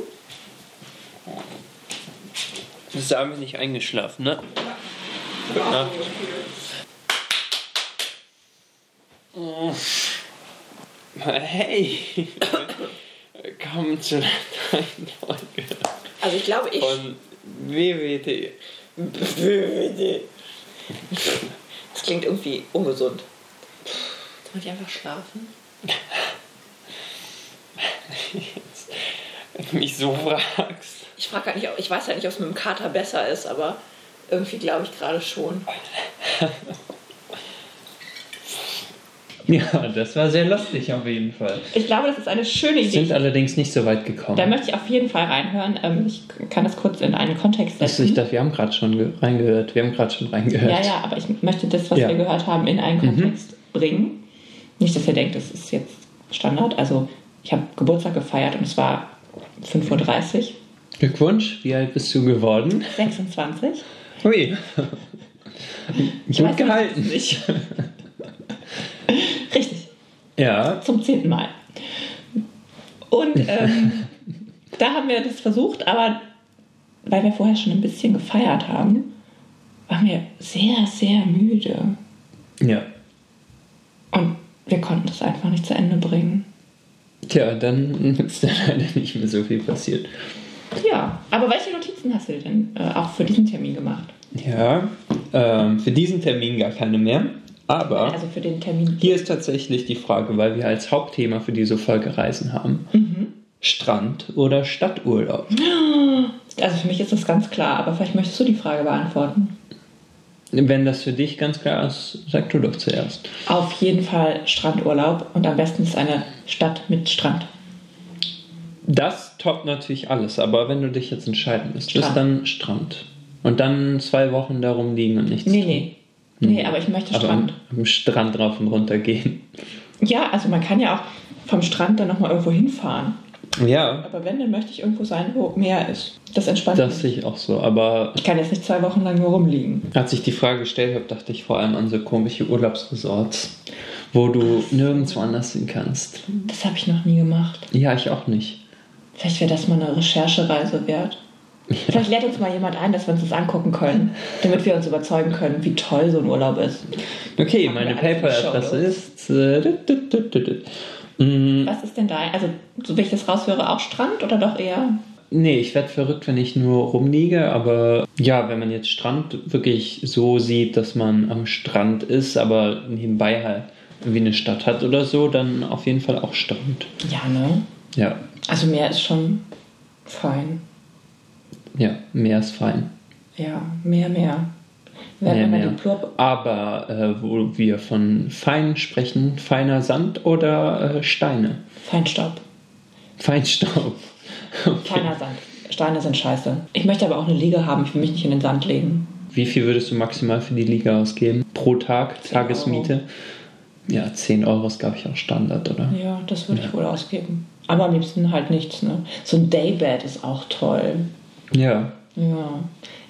S2: Du bist abends nicht eingeschlafen, ne? Gute Nacht. Oh. Hey! Willkommen zu einer neuen Folge
S3: Also, ich glaube, ich.
S2: von WWT.
S3: Das klingt irgendwie ungesund. Soll ich einfach schlafen?
S2: Jetzt, wenn du mich so fragst.
S3: Ich frage halt nicht, ob- ich weiß halt nicht, ob es mit dem Kater besser ist, aber irgendwie glaube ich gerade schon.
S2: Ja, das war sehr lustig auf jeden Fall.
S1: Ich glaube, das ist eine schöne Idee.
S2: Sind allerdings nicht so weit gekommen.
S1: Da möchte ich auf jeden Fall reinhören. Ähm, ich kann das kurz in einen Kontext
S2: Also ich
S1: setzen.
S2: dachte, wir haben gerade schon ge- reingehört. Wir haben gerade schon reingehört.
S1: Ja, ja, aber ich möchte das, was
S2: Ja. Mhm.
S1: wir gehört haben, in einen Kontext bringen. Nicht, dass ihr denkt, das ist jetzt Standard. Also ich habe Geburtstag gefeiert und es war 5.30 Uhr,
S2: Glückwunsch, wie alt bist du geworden?
S1: 26.
S2: Hui. Gut
S1: weiß
S2: gehalten.
S1: Nicht. Richtig,
S2: Ja,
S1: zum zehnten Mal. Und ähm, da haben wir das versucht, aber weil wir vorher schon ein bisschen gefeiert haben, waren wir sehr, sehr müde.
S2: ja.
S1: Und wir konnten das einfach nicht zu Ende bringen.
S2: Tja, dann ist dann leider nicht mehr so viel passiert.
S1: Ja, aber welche Notizen hast du dir denn äh, auch für diesen Termin gemacht?
S2: Ja, ähm, für diesen Termin gar keine mehr. Aber
S1: Also für den Termin.
S2: hier ist tatsächlich die Frage, weil wir als Hauptthema für diese Folge Reisen haben.
S1: Mhm.
S2: Strand oder Stadturlaub?
S1: Also für mich ist das ganz klar, aber vielleicht möchtest du die Frage beantworten.
S2: Wenn das für dich ganz klar ist, sag du doch zuerst.
S1: Auf jeden Fall Strandurlaub und am besten ist eine Stadt mit Strand.
S2: Das toppt natürlich alles, aber wenn du dich jetzt entscheiden müsstest,
S1: Strand.
S2: dann Strand. Und dann zwei Wochen da rumliegen und nichts.
S1: Nee,
S2: tun.
S1: nee. Nee, aber ich möchte
S2: aber
S1: Strand.
S2: Also Am, am Strand rauf und runter gehen.
S1: Ja, also man kann ja auch vom Strand dann nochmal irgendwo hinfahren.
S2: Ja,
S1: Aber wenn, dann möchte ich irgendwo sein, wo Meer ist. Das entspannt
S2: das
S1: mich.
S2: sehe ich auch so. Aber
S1: Ich kann jetzt nicht zwei Wochen lang nur rumliegen.
S2: als ich die Frage gestellt habe, dachte ich vor allem an so komische Urlaubsresorts, wo du nirgendwo anders hin kannst.
S1: Das habe ich noch nie gemacht.
S2: Ja, ich auch nicht.
S1: Vielleicht wäre das mal eine Recherchereise wert. Vielleicht lädt uns mal jemand ein, dass wir uns das angucken können, damit wir uns überzeugen können, wie toll so ein Urlaub ist.
S2: Okay,
S1: Machen wir alles
S2: meine
S1: in die
S2: PayPal-Adresse ist. Äh, dut, dut, dut, dut, dut. Mm,
S1: Was ist denn dein? Also, so wie ich das raushöre, auch Strand oder doch eher?
S2: Nee, ich werde verrückt, wenn ich nur rumliege, aber ja, wenn man jetzt Strand wirklich so sieht, dass man am Strand ist, aber nebenbei halt irgendwie eine Stadt hat oder so, dann auf jeden Fall auch Strand.
S1: Ja, ne?
S2: Ja,
S1: Also, Meer ist schon fein.
S2: ja, Meer ist fein.
S1: Ja, mehr, mehr. Werden
S2: Meer,
S1: wir mal
S2: Meer.
S1: den Plurb
S2: Aber äh, wo wir von fein sprechen, feiner Sand oder äh, Steine?
S1: Feinstaub.
S2: Feinstaub. Okay.
S1: Feiner Sand. Steine sind scheiße. Ich möchte aber auch eine Liege haben. Ich will mich nicht in den Sand legen.
S2: Wie viel würdest du maximal für die Liga ausgeben? Pro Tag, Tagesmiete? Ja, 10 Euro ist, glaube ich, auch Standard, oder?
S1: Ja, das würde ich wohl ausgeben. Aber am liebsten halt nichts, ne? So ein Daybed ist auch toll.
S2: Ja.
S1: Ja.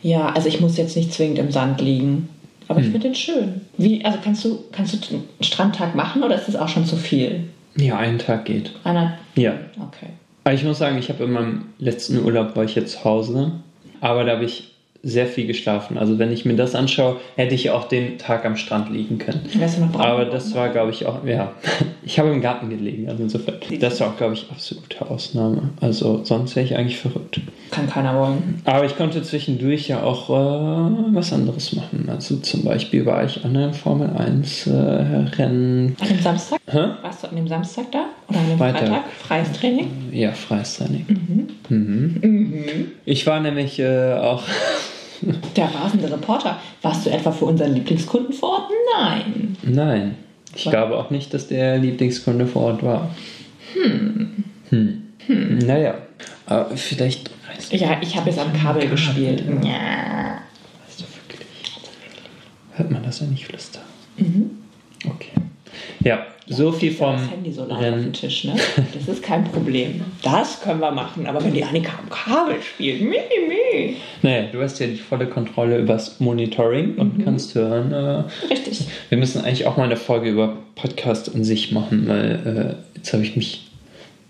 S1: Ja, also ich muss jetzt nicht zwingend im Sand liegen. Aber
S2: Hm.
S1: ich finde den schön. Wie, also kannst du, kannst du einen Strandtag machen oder ist das auch schon zu viel?
S2: Ja, einen Tag geht.
S1: Einer.
S2: Ja.
S1: Okay.
S2: Aber ich muss sagen, ich habe in meinem letzten Urlaub war ich jetzt zu Hause, aber da habe ich sehr viel geschlafen. Also wenn ich mir das anschaue, hätte ich auch den Tag am Strand liegen können.
S1: Wärst du noch braun?
S2: Aber das war, glaube ich, auch, ja, ich habe im Garten gelegen, also insofern. Das war auch, glaube ich, absolute Ausnahme. Also sonst wäre ich eigentlich verrückt.
S1: Kann keiner wollen.
S2: Aber ich konnte zwischendurch ja auch äh, was anderes machen. Also zum Beispiel war ich an einem Formel 1 äh, Rennen,
S1: An dem Samstag?
S2: Hä?
S1: Warst du an dem Samstag da? Oder an dem
S2: Freitag.
S1: Freitag? Freies Training?
S2: ja, freies Training. Mhm. Ich war nämlich äh, auch
S1: Der rasende Reporter. Warst du etwa für unseren Lieblingskunden vor Ort? Nein.
S2: Nein, ich
S1: Was?
S2: glaube auch nicht, dass der Lieblingskunde vor Ort war. Hm. hm. Naja, aber vielleicht weißt du,
S1: Ja, genau. ich habe jetzt am Kabel gespielt. Ja.
S2: weißt du wirklich. Hört man das, wenn ich flüster? Mhm. Okay. Ja, so viel vom
S1: Das Handy so lange auf dem
S2: Rennen.
S1: Tisch, ne? Das ist kein Problem. Das können wir machen. Aber wenn die Annika am Kabel spielt, mi, mi, mi.
S2: Naja, du hast ja die volle Kontrolle übers Monitoring und kannst hören. Äh,
S1: Richtig.
S2: wir müssen eigentlich auch mal eine Folge über Podcast an sich machen, weil äh, jetzt habe ich mich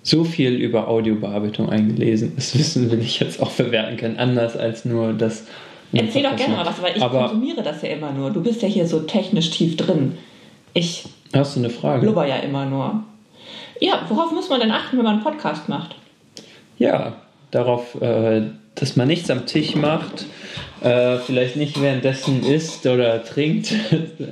S2: so viel über Audiobearbeitung eingelesen. Das Wissen will ich jetzt auch verwerten können, anders als nur das.
S1: Erzähl doch gerne mal was, weil ich
S2: Aber
S1: konsumiere das ja immer nur. Du bist ja hier so technisch tief drin. Ich
S2: hast du eine Frage?
S1: blubber ja immer nur. Ja, worauf muss man denn achten, wenn man einen Podcast macht?
S2: Ja, darauf, äh, dass man nichts am Tisch macht, äh, vielleicht nicht währenddessen isst oder trinkt, äh,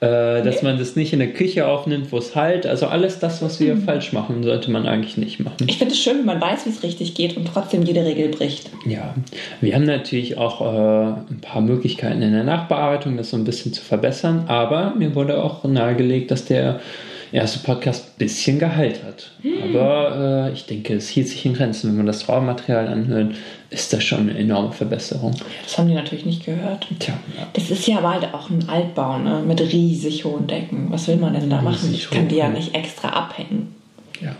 S2: dass man das nicht in der Küche aufnimmt, wo es halt. Also alles das, was
S1: Hm.
S2: wir falsch machen, sollte man eigentlich nicht machen.
S1: Ich finde es schön, wenn man weiß, wie es richtig geht und trotzdem jede Regel bricht.
S2: Ja, wir haben natürlich auch äh, ein paar Möglichkeiten in der Nachbearbeitung, das so ein bisschen zu verbessern, aber mir wurde auch nahegelegt, dass der erste Podcast ein bisschen Gehalt hat. Aber äh, ich denke, es hielt sich in Grenzen. Wenn man das Rohmaterial anhört, ist das schon eine enorme Verbesserung.
S1: Das haben die natürlich nicht gehört.
S2: Tja,
S1: Das ist ja aber halt auch ein Altbau, ne? Mit riesig hohen Decken. Was will man denn da machen? Ich
S2: Riesig
S1: kann die ja
S2: hoch, ne?
S1: nicht extra abhängen.
S2: ja.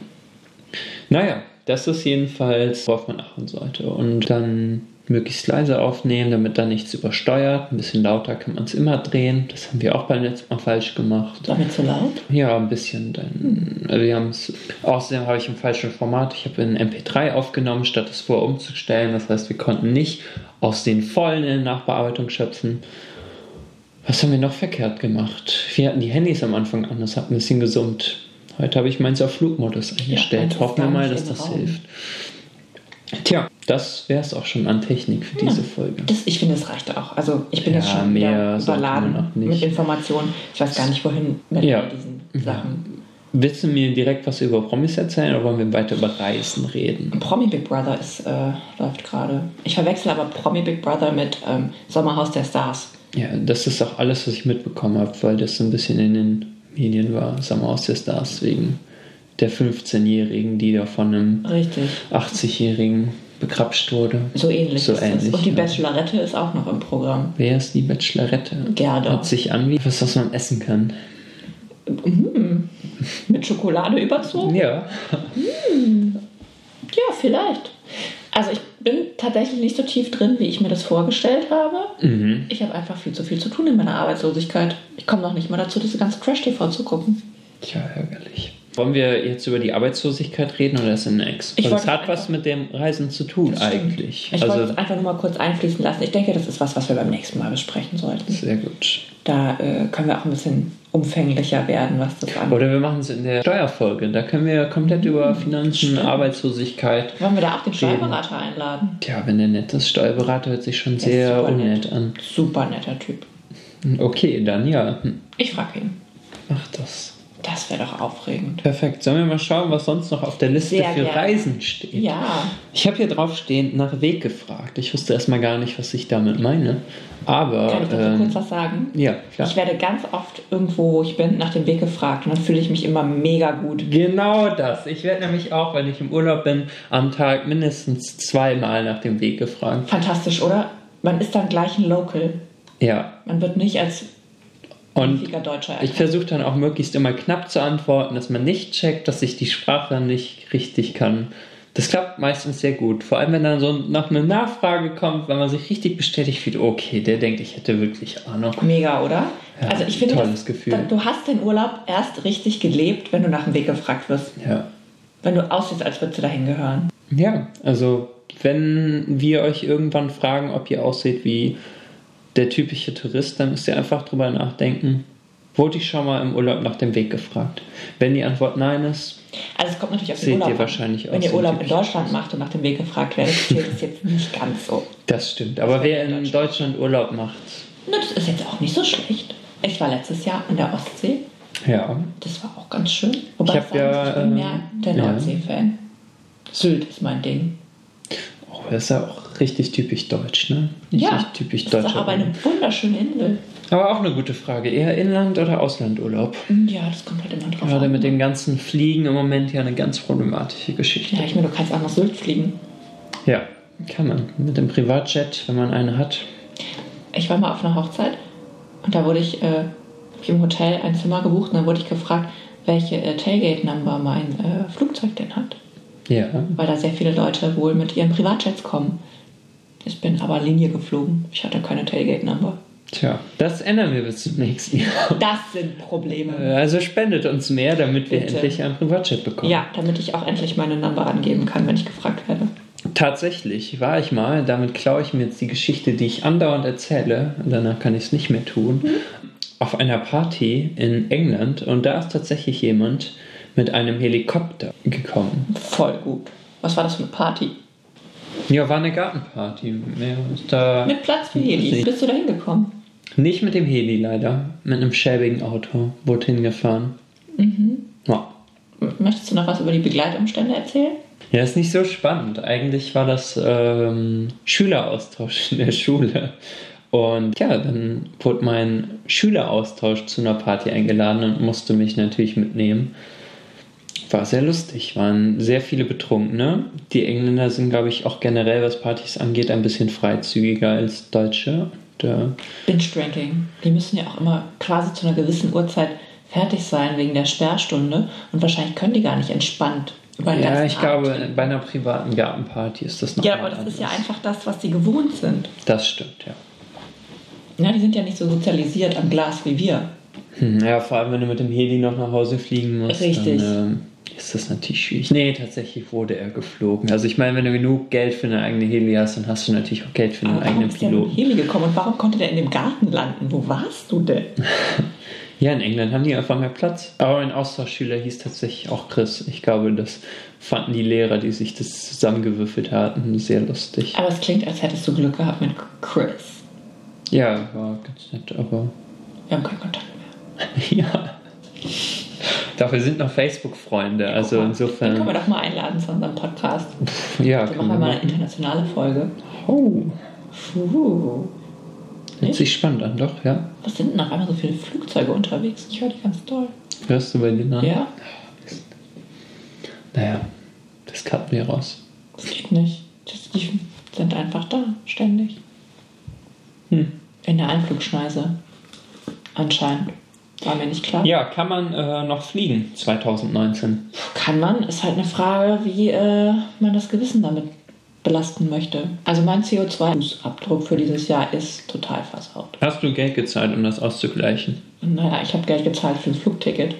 S2: Naja, das ist jedenfalls, worauf man achten sollte. Und dann möglichst leise aufnehmen, damit da nichts übersteuert. Ein bisschen lauter kann man es immer drehen. Das haben wir auch beim letzten Mal falsch gemacht.
S1: War mir zu laut?
S2: Ja, ein bisschen. Dann, also wir haben's, außerdem habe ich im falschen Format. Ich habe in MP3 aufgenommen, statt es vorher umzustellen. Das heißt, wir konnten nicht aus den vollen in der Nachbearbeitung schöpfen. Was haben wir noch verkehrt gemacht? Wir hatten die Handys am Anfang an, das hat ein bisschen gesummt. Heute habe ich meins auf Flugmodus eingestellt.
S1: meins ist
S2: Hoffen wir
S1: gar
S2: mal,
S1: nicht
S2: dass
S1: im
S2: das
S1: Raum.
S2: hilft. Tja, das wäre es auch schon an Technik für diese Folge.
S1: Das, ich finde, es reicht auch. Also ich bin
S2: Ja,
S1: jetzt schon
S2: mehr
S1: wieder
S2: sollte man
S1: überladen
S2: auch nicht.
S1: mit Informationen. Ich weiß gar nicht, wohin mit
S2: Ja. Mhm.
S1: all diesen Sachen.
S2: Willst du mir direkt was über Promis erzählen oder wollen wir weiter über Reisen reden?
S1: Promi Big Brother ist, äh, läuft gerade. Ich verwechsel aber Promi Big Brother mit ähm, Sommerhaus der Stars.
S2: Ja, das ist auch alles, was ich mitbekommen habe, weil das so ein bisschen in den Medien war, Summer aus der Stars wegen der 15-Jährigen, die da von einem
S1: Richtig.
S2: 80-Jährigen bekrapscht wurde.
S1: So ähnlich
S2: So
S1: ist
S2: ähnlich,
S1: es. Und die
S2: ja.
S1: Bachelorette ist auch noch im Programm.
S2: Wer ist die Bachelorette?
S1: Gerda.
S2: Hört sich an wie was, was man essen kann.
S1: Mit Schokolade überzogen?
S2: Ja.
S1: Ja, vielleicht. Also ich bin tatsächlich nicht so tief drin, wie ich mir das vorgestellt habe.
S2: Mhm.
S1: Ich habe einfach viel zu viel zu tun in meiner Arbeitslosigkeit. Ich komme noch nicht mal dazu, diese ganze Trash-TV zu gucken.
S2: Tja, ärgerlich. Wollen wir jetzt über die Arbeitslosigkeit reden oder ist das next?
S1: Ich
S2: Weil es
S1: wollte
S2: hat was
S1: einfach-
S2: mit dem Reisen zu tun eigentlich.
S1: Ich wollte
S2: also
S1: es einfach nur mal kurz einfließen lassen. Ich denke, das ist was, was wir beim nächsten Mal besprechen sollten.
S2: sehr gut.
S1: Da äh, können wir auch ein bisschen umfänglicher werden, was das angeht.
S2: Oder wir machen es in der Steuerfolge. Da können wir komplett über Finanzen, Arbeitslosigkeit
S1: Wollen wir da auch den Steuerberater einladen?
S2: Ja, wenn der nett ist, Steuerberater hört sich schon
S1: Der
S2: sehr
S1: ist super
S2: unnett
S1: nett.
S2: an. Hm,
S1: Super netter Typ.
S2: Okay, dann ja, hm,
S1: Ich frage ihn.
S2: mach das.
S1: Das wäre doch aufregend.
S2: Perfekt. Sollen wir mal schauen, was sonst noch auf der Liste
S1: Sehr
S2: für
S1: gerne.
S2: Reisen steht?
S1: Ja,
S2: Ich habe hier draufstehend nach Weg gefragt. Ich wusste erstmal gar nicht, was ich damit meine. Aber.
S1: kann ich dazu
S2: ähm,
S1: kurz was sagen?
S2: ja, klar.
S1: Ich werde ganz oft irgendwo, wo ich bin, nach dem Weg gefragt und dann fühle ich mich immer mega gut.
S2: Genau das. Ich werde nämlich auch, wenn ich im Urlaub bin, am Tag mindestens zweimal nach dem Weg gefragt.
S1: Fantastisch, oder? Man ist dann gleich ein Local.
S2: Ja,
S1: Man wird nicht als
S2: Und
S1: häufiger Deutscher
S2: ich versuche dann auch möglichst immer knapp zu antworten, dass man nicht checkt, dass ich die Sprache nicht richtig kann. Das klappt meistens sehr gut. Vor allem, wenn dann so noch eine Nachfrage kommt, wenn man sich richtig bestätigt fühlt, okay, der denkt, ich hätte wirklich Ahnung.
S1: Mega, oder?
S2: Ja,
S1: also ich finde,
S2: tolles
S1: das-
S2: Gefühl.
S1: du hast den Urlaub erst richtig gelebt, wenn du nach dem Weg gefragt wirst.
S2: Ja.
S1: Wenn du aussiehst, als würdest du dahin gehören.
S2: Ja, also wenn wir euch irgendwann fragen, ob ihr ausseht wie der typische Tourist, dann müsst ihr einfach drüber nachdenken. Wurde ich schon mal im Urlaub nach dem Weg gefragt? Wenn die Antwort nein ist,
S1: Also es kommt natürlich auf den
S2: Seht
S1: Urlaub
S2: ihr
S1: an.
S2: wahrscheinlich
S1: Wenn
S2: aus,
S1: ihr
S2: so
S1: Urlaub in
S2: typisch.
S1: Deutschland macht und nach dem Weg gefragt werdet, zählt es jetzt nicht ganz so.
S2: das stimmt. Aber wer in
S1: Deutschland.
S2: Deutschland Urlaub macht,
S1: Na, das ist jetzt auch nicht so schlecht. Ich war letztes Jahr an der Ostsee.
S2: ja,
S1: Das war auch ganz schön. Wobei
S2: Ich
S1: ich,
S2: hab
S1: sagen muss, ich
S2: ja,
S1: bin
S2: ähm,
S1: mehr der
S2: ja.
S1: Nordsee-Fan. Sylt ist mein Ding.
S2: oh, das ist ja auch richtig typisch deutsch, ne? Richtig
S1: Ja,
S2: typisch
S1: das
S2: deutsch.
S1: ist aber eine wunderschöne Insel.
S2: aber auch eine gute Frage. Eher Inland- oder Auslandurlaub?
S1: Ja, das kommt halt immer drauf
S2: Gerade
S1: an.
S2: mit dem ganzen Fliegen im Moment ja eine ganz problematische Geschichte.
S1: ja, ich meine, du kannst auch nach Sylt fliegen.
S2: Ja, kann man. Mit dem Privatjet, wenn man eine hat.
S1: Ich war mal auf einer Hochzeit und da wurde ich, äh, hab ich im Hotel ein Zimmer gebucht und dann wurde ich gefragt, welche äh, Tailgate-Number mein äh, Flugzeug denn hat.
S2: Ja.
S1: Weil da sehr viele Leute wohl mit ihren Privatjets kommen. Ich bin aber Linie geflogen. Ich hatte keine Tailgate-Number.
S2: Tja, das ändern wir bis zum nächsten Jahr.
S1: Das sind Probleme.
S2: Also spendet uns mehr, damit wir
S1: Bitte.
S2: endlich einen Privatjet bekommen.
S1: Ja, damit ich auch endlich meine Number angeben kann, wenn ich gefragt werde.
S2: Tatsächlich war ich mal, damit klaue ich mir jetzt die Geschichte, die ich andauernd erzähle, und danach kann ich es nicht mehr
S1: Mhm.
S2: tun, auf einer Party in England und da ist tatsächlich jemand mit einem Helikopter gekommen.
S1: Voll gut. Was war das für eine Party?
S2: Ja, war eine Gartenparty. Ja, ist da
S1: Mit Platz für Helis.
S2: Nicht.
S1: Bist du da hingekommen?
S2: Nicht mit dem Heli leider, mit einem schäbigen Auto wurde hingefahren. Mhm. Ja.
S1: Möchtest du noch was über die Begleitumstände erzählen?
S2: ja, ist nicht so spannend. Eigentlich war das ähm, Schüleraustausch in der Schule. Und ja, dann wurde mein Schüleraustausch zu einer Party eingeladen und musste mich natürlich mitnehmen. War sehr lustig, waren sehr viele Betrunkene. Die Engländer sind, glaube ich, auch generell, was Partys angeht, ein bisschen freizügiger als Deutsche. Und, äh,
S1: Binge-Drinking. Die müssen ja auch immer quasi zu einer gewissen Uhrzeit fertig sein wegen der Sperrstunde und wahrscheinlich können die gar nicht entspannt über den
S2: Ja,
S1: ganzen
S2: ich
S1: Abend
S2: glaube,
S1: trinken.
S2: bei einer privaten Gartenparty ist das noch
S1: Ja,
S2: mal
S1: aber das ist ja
S2: anders.
S1: einfach das, was die gewohnt sind.
S2: Das stimmt, ja.
S1: Ja, die sind ja nicht so sozialisiert am Glas wie wir.
S2: Hm, Ja, vor allem, wenn du mit dem Heli noch nach Hause fliegen musst,
S1: Richtig.
S2: dann ähm, ist das natürlich schwierig. Nee, tatsächlich wurde er geflogen. Also ich meine, wenn du genug Geld für eine eigene Heli hast, dann hast du natürlich auch Geld für einen
S1: Aber warum
S2: eigenen
S1: ist der mit dem
S2: Piloten.
S1: Heli gekommen und warum konnte der in dem Garten landen? Wo warst du denn?
S2: Ja, in England haben die einfach mehr Platz. Aber mein Austauschschüler hieß tatsächlich auch Chris. Ich glaube, das fanden die Lehrer, die sich das zusammengewürfelt hatten, sehr lustig.
S1: Aber es klingt, als hättest du Glück gehabt mit Chris.
S2: Ja, war ganz nett, aber
S1: Wir haben keinen Kontakt mehr.
S2: Ja. Dafür sind noch Facebook-Freunde, also
S1: Guck mal, Den können wir
S2: insofern.
S1: doch mal einladen zu unserem Podcast.
S2: Ja,
S1: Dann machen wir
S2: kann man
S1: mal eine
S2: machen.
S1: internationale Folge.
S2: Oh,
S1: Puh.
S2: hört sich spannend an, doch, ja.
S1: Was sind denn auf einmal so viele Flugzeuge unterwegs? Ich höre die ganz doll.
S2: Hörst du bei denen an?
S1: Ja,
S2: Naja, das cutten wir raus.
S1: das geht nicht. Das, die sind einfach da, ständig.
S2: Hm.
S1: In der Einflugschneise. Anscheinend. War mir nicht klar.
S2: Ja, kann man äh, noch fliegen 2019?
S1: Kann man, ist halt eine Frage, wie äh, man das Gewissen damit belasten möchte. Also mein CO2-Abdruck für dieses Jahr ist total versaut.
S2: Hast du Geld gezahlt, um das auszugleichen?
S1: Naja, ich habe Geld gezahlt für ein Flugticket.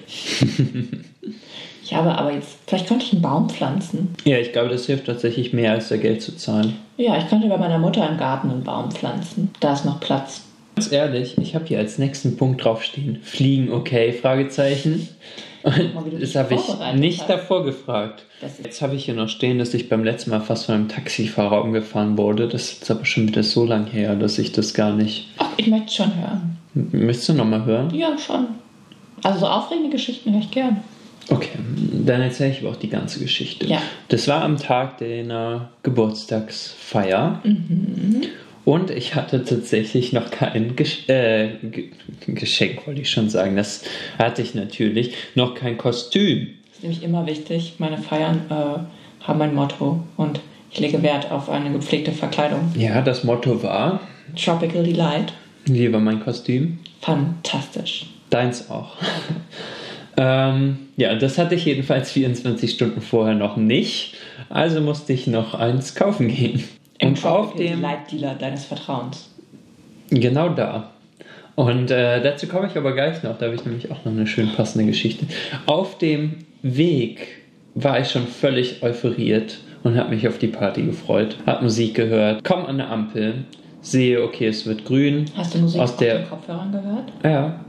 S1: ich habe aber jetzt, vielleicht könnte ich einen Baum pflanzen.
S2: Ja, ich glaube, das hilft tatsächlich mehr, als da Geld zu zahlen.
S1: Ja, ich könnte bei meiner Mutter im Garten einen Baum pflanzen. Da ist noch Platz.
S2: Ganz ehrlich, ich habe hier als nächsten Punkt draufstehen: Fliegen okay? Fragezeichen.
S1: mal, wie du
S2: Das
S1: dich
S2: habe ich
S1: vorbereitet
S2: nicht
S1: hast.
S2: davor gefragt.
S1: Das ist-
S2: Jetzt habe ich hier noch stehen, dass ich beim letzten Mal fast von einem Taxifahrer umgefahren wurde. Das ist jetzt aber schon wieder so lang her, dass ich das gar nicht.
S1: Ach, ich möchte es schon hören.
S2: M- Möchtest du nochmal hören?
S1: Ja, schon. Also so aufregende Geschichten höre ich gern.
S2: Okay, dann erzähle ich aber auch die ganze Geschichte.
S1: Ja.
S2: Das war am Tag deiner Geburtstagsfeier. Und ich hatte tatsächlich noch kein Gesch äh, Ge Geschenk, wollte ich schon sagen. Das hatte ich natürlich. Noch kein Kostüm.
S1: Das ist nämlich immer wichtig. Meine Feiern äh, haben ein Motto und ich lege Wert auf eine gepflegte Verkleidung.
S2: Ja, das Motto war:
S1: Tropical Delight.
S2: Lieber mein Kostüm.
S1: Fantastisch.
S2: Deins auch. ähm, ja, das hatte ich jedenfalls 24 Stunden vorher noch nicht. Also musste ich noch eins kaufen gehen. Und auf
S1: dem
S2: dem.
S1: Leitdealer deines Vertrauens.
S2: Genau da. Und äh, dazu komme ich aber gleich noch. Da habe ich nämlich auch noch eine schön passende Geschichte. Auf dem Weg war ich schon völlig euphoriert und habe mich auf die Party gefreut. Hab Musik gehört. Komm an eine Ampel. Sehe, okay, es wird grün.
S1: Hast du Musik
S2: Aus
S1: auf
S2: der-
S1: den Kopfhörern gehört?
S2: Ja.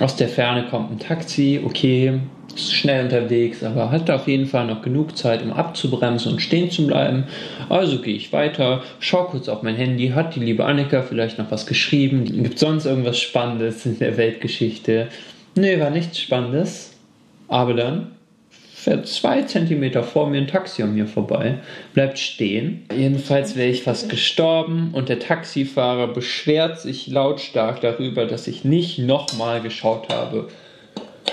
S2: Aus der Ferne kommt ein Taxi, okay, ist schnell unterwegs, aber hat auf jeden Fall noch genug Zeit, um abzubremsen und stehen zu bleiben. Also gehe ich weiter, schau kurz auf mein Handy, hat die liebe Annika vielleicht noch was geschrieben? Gibt sonst irgendwas Spannendes in der Weltgeschichte? Nee, war nichts Spannendes. Aber dann fährt zwei Zentimeter vor mir ein Taxi an mir vorbei, bleibt stehen. Jedenfalls wäre ich fast gestorben und der Taxifahrer beschwert sich lautstark darüber, dass ich nicht nochmal geschaut habe.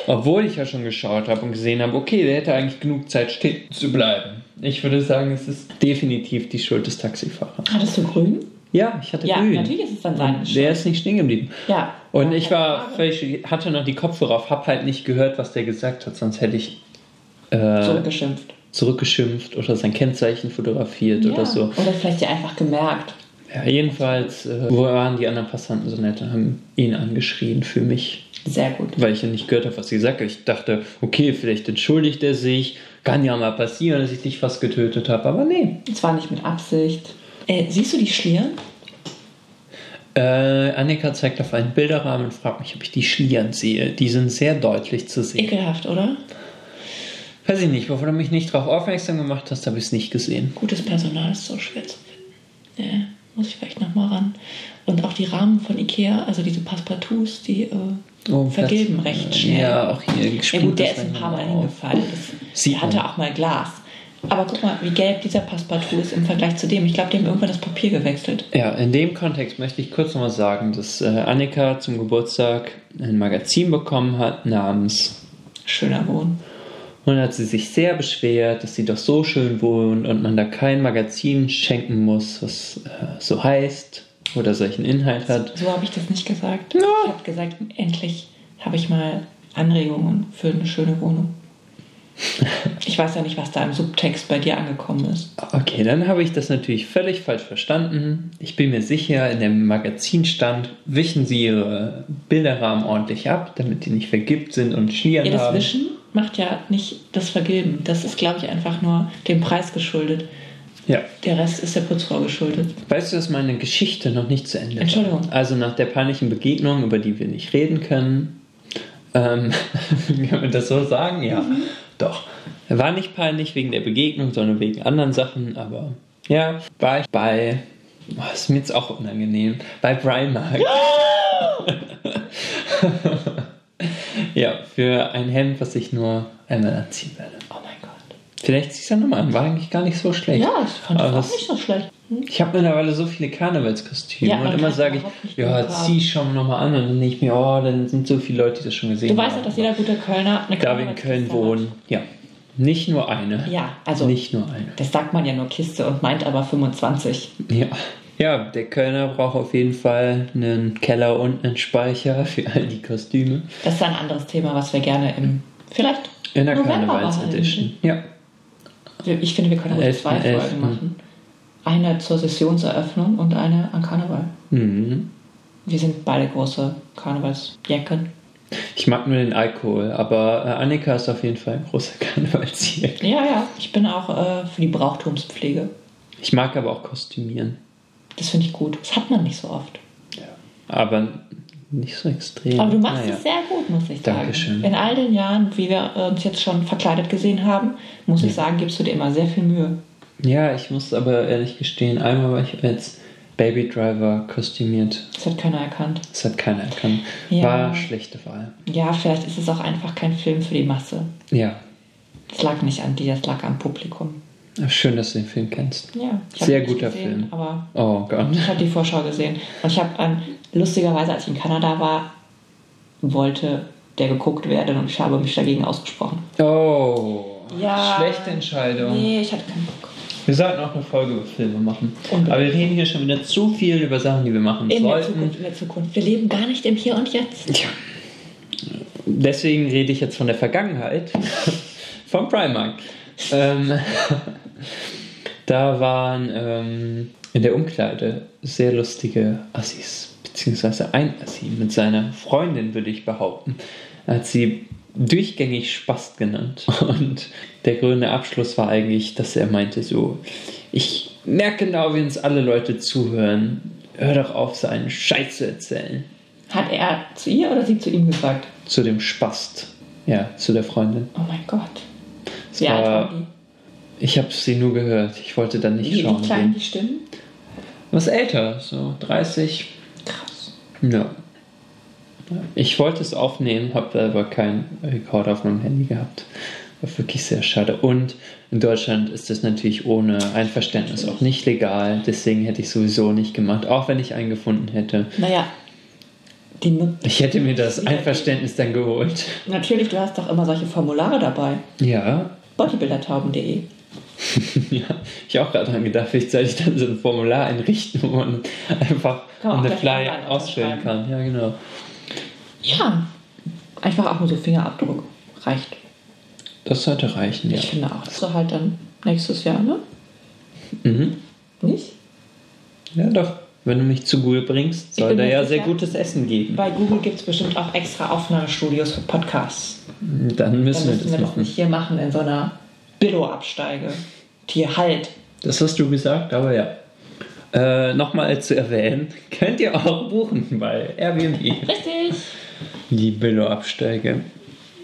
S2: Obwohl ich ja schon geschaut habe und gesehen habe, okay, der hätte eigentlich genug Zeit stehen zu bleiben. Ich würde sagen, es ist definitiv die Schuld des Taxifahrers.
S1: Hattest du grün?
S2: Ja, ich hatte
S1: Ja,
S2: grün.
S1: natürlich ist es dann seine Schuld.
S2: Der ist nicht stehen geblieben.
S1: Ja.
S2: Und ich war völlig, hatte noch die Kopfhörer auf, hab halt nicht gehört, was der gesagt hat, sonst hätte ich Äh,
S1: Zurückgeschimpft.
S2: zurückgeschimpft oder sein Kennzeichen fotografiert
S1: Ja.
S2: oder so.
S1: Oder vielleicht dir einfach gemerkt.
S2: Ja, jedenfalls äh, wo waren die anderen Passanten so nett und haben ihn angeschrien für mich,
S1: Sehr gut.
S2: weil ich ja nicht gehört habe, was sie gesagt hat. Ich dachte, okay, vielleicht entschuldigt er sich, kann ja mal passieren, dass ich dich fast getötet habe, aber nee.
S1: Und zwar nicht mit Absicht. Äh, siehst du die Schlieren?
S2: Äh, Annika zeigt auf einen Bilderrahmen und fragt mich, ob ich die Schlieren sehe. Die sind sehr deutlich zu sehen.
S1: Ekelhaft, oder?
S2: Weiß ich nicht, bevor du mich nicht darauf aufmerksam gemacht hast, habe ich es nicht gesehen.
S1: Gutes Personal ist so schwer zu finden. Ja, muss ich vielleicht nochmal ran. Und auch die Rahmen von Ikea, also diese Passepartouts, die äh,
S2: Oh,
S1: vergeben
S2: Platz-
S1: recht schnell.
S2: Ja, auch hier
S1: Ja
S2: gespielt.
S1: gut, der ist ein paar Mal hingefallen. Das,
S2: Sieht
S1: der hatte
S2: man.
S1: auch mal Glas. Aber guck mal, wie gelb dieser Passepartout ist im Vergleich zu dem. Ich glaube, die haben irgendwann das Papier gewechselt.
S2: Ja, in dem Kontext möchte ich kurz nochmal sagen, dass äh, Annika zum Geburtstag ein Magazin bekommen hat namens
S1: Schöner Wohn.
S2: und hat sie sich sehr beschwert, dass sie doch so schön wohnt und man da kein Magazin schenken muss, was äh, so heißt oder solchen Inhalt hat.
S1: So habe ich das nicht gesagt. Ich habe gesagt, endlich habe ich mal Anregungen für eine schöne Wohnung. Ich weiß ja nicht, was da im Subtext bei dir angekommen ist.
S2: Okay, dann habe ich das natürlich völlig falsch verstanden. Ich bin mir sicher, in dem Magazinstand wischen sie ihre Bilderrahmen ordentlich ab, damit die nicht vergibt sind und schlieren
S1: Ja, das
S2: haben.
S1: Wischen macht ja nicht das Vergilben. Das ist, glaube ich, einfach nur dem Preis geschuldet.
S2: Ja.
S1: Der Rest ist der Putzfrau geschuldet.
S2: Weißt du, dass meine Geschichte noch nicht zu Ende war?
S1: Entschuldigung.
S2: Also nach der peinlichen Begegnung, über die wir nicht reden können, ähm, kann man das so sagen? Ja,
S1: Mhm.
S2: doch. War nicht peinlich wegen der Begegnung, sondern wegen anderen Sachen, aber ja, war ich bei, oh, ist mir jetzt auch unangenehm, bei Primark. ja, für ein Hemd, was ich nur einmal anziehen werde.
S1: Oh mein Gott.
S2: Vielleicht ziehe ich es ja nochmal an, war eigentlich gar nicht so schlecht.
S1: Ja, das fand ich
S2: Aber
S1: auch
S2: es-
S1: nicht so schlecht.
S2: ich habe mittlerweile so viele Karnevalskostüme
S1: Ja, man
S2: und immer
S1: kann
S2: sage
S1: überhaupt
S2: ich,
S1: nicht
S2: ja,
S1: genug haben.
S2: zieh schon nochmal an und dann denke ich mir, oh, dann sind so viele Leute, die das schon gesehen
S1: Du weißt
S2: haben.
S1: ja, dass jeder gute Kölner eine
S2: genau. da wir in Köln
S1: Karnevalskiste
S2: wohnen, ja. Nicht nur eine.
S1: hat. Ja, also
S2: Nicht nur eine.
S1: das sagt man ja nur Kiste und meint aber 25.
S2: Ja. Ja, der Kölner braucht auf jeden Fall einen Keller und einen Speicher für all die Kostüme.
S1: Das ist ein anderes Thema, was wir gerne im vielleicht
S2: In der
S1: November
S2: Karnevals-Edition. Ja.
S1: behandeln. Ich finde, wir können ruhig
S2: Elften,
S1: zwei Folgen
S2: elften.
S1: machen. Eine zur Sessionseröffnung und eine an Karneval.
S2: Mhm.
S1: Wir sind beide große Karnevalsjacken.
S2: Ich mag nur den Alkohol, aber äh, Annika ist auf jeden Fall ein großer Karnevalsjäger.
S1: Ja, ja, ich bin auch äh, für die Brauchtumspflege.
S2: Ich mag aber auch kostümieren,
S1: Das finde ich gut. Das hat man nicht so oft.
S2: aber nicht so extrem.
S1: Aber du machst
S2: Naja.
S1: es sehr gut, muss ich sagen.
S2: Dankeschön.
S1: In all den Jahren, wie wir uns jetzt schon verkleidet gesehen haben, muss ich sagen, gibst du dir immer sehr viel Mühe.
S2: Ja, ich muss aber ehrlich gestehen, einmal war ich als Baby Driver kostümiert.
S1: Das hat keiner erkannt.
S2: Das hat keiner erkannt.
S1: Ja.
S2: War schlechte Wahl.
S1: Ja, vielleicht ist es auch einfach kein Film für die Masse.
S2: Ja,
S1: Das lag nicht an dir, das lag am Publikum.
S2: schön, dass du den Film kennst.
S1: Ja, ich hab
S2: Sehr
S1: ihn nicht
S2: guter
S1: gesehen,
S2: Film.
S1: Aber
S2: Oh Gott.
S1: ich habe die Vorschau gesehen. Und ich habe an, lustigerweise, als ich in Kanada war, wollte der geguckt werden und ich habe mich dagegen ausgesprochen.
S2: Oh,
S1: Ja.
S2: schlechte Entscheidung.
S1: Nee, ich hatte keinen Bock.
S2: Wir sollten auch eine Folge über Filme machen.
S1: Unbedingt.
S2: Aber wir reden hier schon wieder zu viel über Sachen, die wir machen
S1: In der
S2: sollten.
S1: Zukunft, in der Zukunft. Wir leben gar nicht im Hier und Jetzt.
S2: Ja. deswegen rede ich jetzt von der Vergangenheit, vom Primark. Ähm, da waren ähm, in der Umkleide sehr lustige Assis, beziehungsweise ein Assi mit seiner Freundin, würde ich behaupten. Er hat sie durchgängig Spast genannt. Und der grüne Abschluss war eigentlich, dass er meinte so, ich merke genau, wie uns alle Leute zuhören. Hör doch auf, so einen Scheiß zu erzählen.
S1: Hat er zu ihr oder sie zu ihm gesagt?
S2: Zu dem Spast. Ja, zu der Freundin.
S1: Oh mein Gott.
S2: Es
S1: Wie alt war
S2: war-
S1: die?
S2: Ich habe sie nur gehört. Ich wollte dann nicht
S1: Wie, wie
S2: schauen.
S1: klein
S2: gehen.
S1: die Stimmen?
S2: Was älter, so 30.
S1: Krass.
S2: Ja. Ich wollte es aufnehmen, habe aber keinen Rekord auf meinem Handy gehabt. War wirklich sehr schade. Und in Deutschland ist das natürlich ohne Einverständnis auch nicht legal. Deswegen hätte ich sowieso nicht gemacht, auch wenn ich einen gefunden hätte.
S1: Naja, die nu-
S2: Ich hätte mir das Einverständnis dann geholt.
S1: natürlich, du hast doch immer solche Formulare dabei.
S2: Ja,
S1: Bodybuildertauben.de.
S2: ja. Ich habe auch gerade dran gedacht, vielleicht soll ich dann so ein Formular einrichten, wo man einfach
S1: Kann man
S2: on
S1: auch
S2: the
S1: gleich
S2: fly
S1: online
S2: ausfüllen kann. Ja, genau.
S1: Ja. Einfach auch nur so Fingerabdruck. Reicht.
S2: Das sollte reichen, ja.
S1: Ich finde auch. So halt dann nächstes Jahr, ne?
S2: Mhm.
S1: Nicht?
S2: Ja, doch. Wenn du mich zu Google bringst, soll
S1: bin
S2: da
S1: mir
S2: ja
S1: sicher.
S2: sehr gutes Essen geben.
S1: Bei Google gibt es bestimmt auch extra Aufnahmestudios für Podcasts.
S2: Dann
S1: Dann
S2: müssen
S1: müssen
S2: wir
S1: wir
S2: das
S1: das
S2: machen.
S1: nicht hier machen in so einer Billo-Absteige. Hier halt.
S2: Das hast du gesagt, aber ja. Äh, Nochmal zu erwähnen, könnt ihr auch buchen bei Airbnb.
S1: Richtig.
S2: Die Billo-Absteige.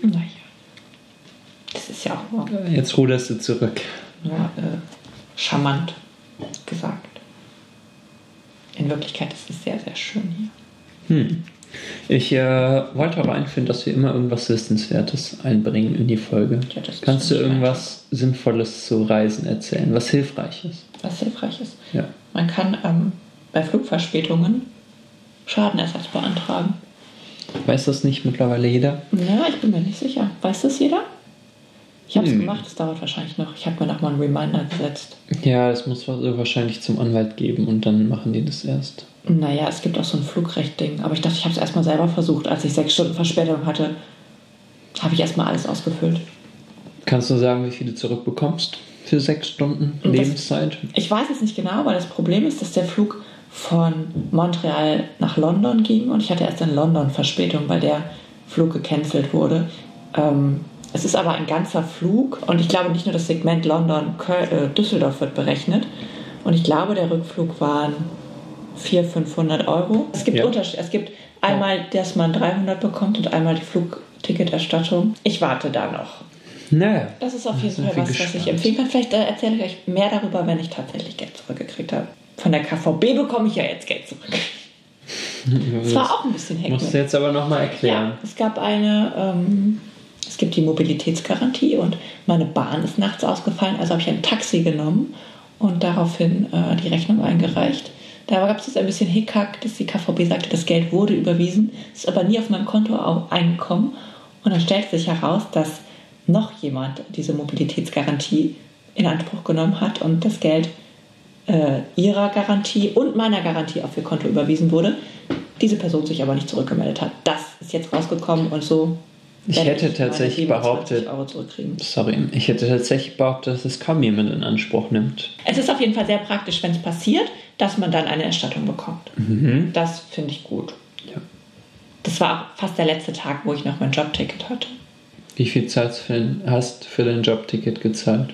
S1: Naja. Das ist ja auch nur
S2: Jetzt ruderst du zurück.
S1: nur äh, charmant gesagt. In Wirklichkeit ist es sehr, sehr schön hier.
S2: Ich äh, wollte aber einführen, dass wir immer irgendwas Wissenswertes einbringen in die Folge.
S1: Ja, das ist
S2: Kannst du
S1: nicht
S2: irgendwas Sinnvolles zu Reisen erzählen, was Hilfreiches?
S1: Was hilfreich ist.
S2: Ja.
S1: Man kann ähm, bei Flugverspätungen Schadenersatz beantragen.
S2: Weiß das nicht mittlerweile jeder?
S1: Ja, ich bin mir nicht sicher. Weiß das jeder? Ich habe es
S2: Hm.
S1: gemacht, es dauert wahrscheinlich noch. Ich habe mir nochmal einen Reminder gesetzt.
S2: Ja, es muss wa- wahrscheinlich zum Anwalt geben und dann machen die das erst.
S1: Naja, es gibt auch so ein Flugrecht-Ding. Aber ich dachte, ich habe es erstmal selber versucht. Als ich sechs Stunden Verspätung hatte, habe ich erstmal alles ausgefüllt.
S2: Kannst du sagen, wie viel du zurückbekommst für sechs Stunden
S1: Und das-
S2: Lebenszeit?
S1: Ich weiß es nicht genau, weil das Problem ist, dass der Flug von Montreal nach London ging und ich hatte erst in London Verspätung, weil der Flug gecancelt wurde. Ähm, es ist aber ein ganzer Flug und ich glaube nicht nur das Segment London-Düsseldorf wird berechnet und ich glaube der Rückflug waren 400, 500 Euro. Es gibt
S2: Ja.
S1: Unterschied. Es gibt einmal, dass man 300 bekommt und einmal die Flugticketerstattung. Ich warte da noch.
S2: Naja.
S1: Das ist auf jeden
S2: sind
S1: Fall
S2: wir
S1: was, was ich
S2: gespannt.
S1: empfehlen kann. Vielleicht äh, erzähle ich euch mehr darüber, wenn ich tatsächlich Geld zurückgekriegt habe. Von der KVB bekomme ich ja jetzt Geld zurück. Das war auch ein bisschen
S2: Musst du
S1: hektisch.
S2: jetzt aber nochmal erklären.
S1: Ja, es gab eine, ähm, es gibt die Mobilitätsgarantie und meine Bahn ist nachts ausgefallen, also habe ich ein Taxi genommen und daraufhin äh, die Rechnung eingereicht. Da gab es jetzt ein bisschen Hickhack, dass die KVB sagte, das Geld wurde überwiesen, ist aber nie auf meinem Konto au- eingekommen. Und dann stellt sich heraus, dass noch jemand diese Mobilitätsgarantie in Anspruch genommen hat und das Geld äh, ihrer Garantie und meiner Garantie auf ihr Konto überwiesen wurde. Diese Person sich aber nicht zurückgemeldet hat. Das ist jetzt rausgekommen und so.
S2: Ich
S1: werde
S2: hätte
S1: meine
S2: tatsächlich
S1: 27
S2: behauptet-
S1: Euro zurückkriegen.
S2: Sorry, ich hätte tatsächlich behauptet, dass es kaum jemand in Anspruch nimmt.
S1: Es ist auf jeden Fall sehr praktisch, wenn es passiert, dass man dann eine Erstattung bekommt. Das finde ich gut.
S2: Mhm. Ja.
S1: Das war auch fast der letzte Tag, wo ich noch mein Jobticket hatte.
S2: Wie viel Zeit für den, hast für dein Jobticket gezahlt?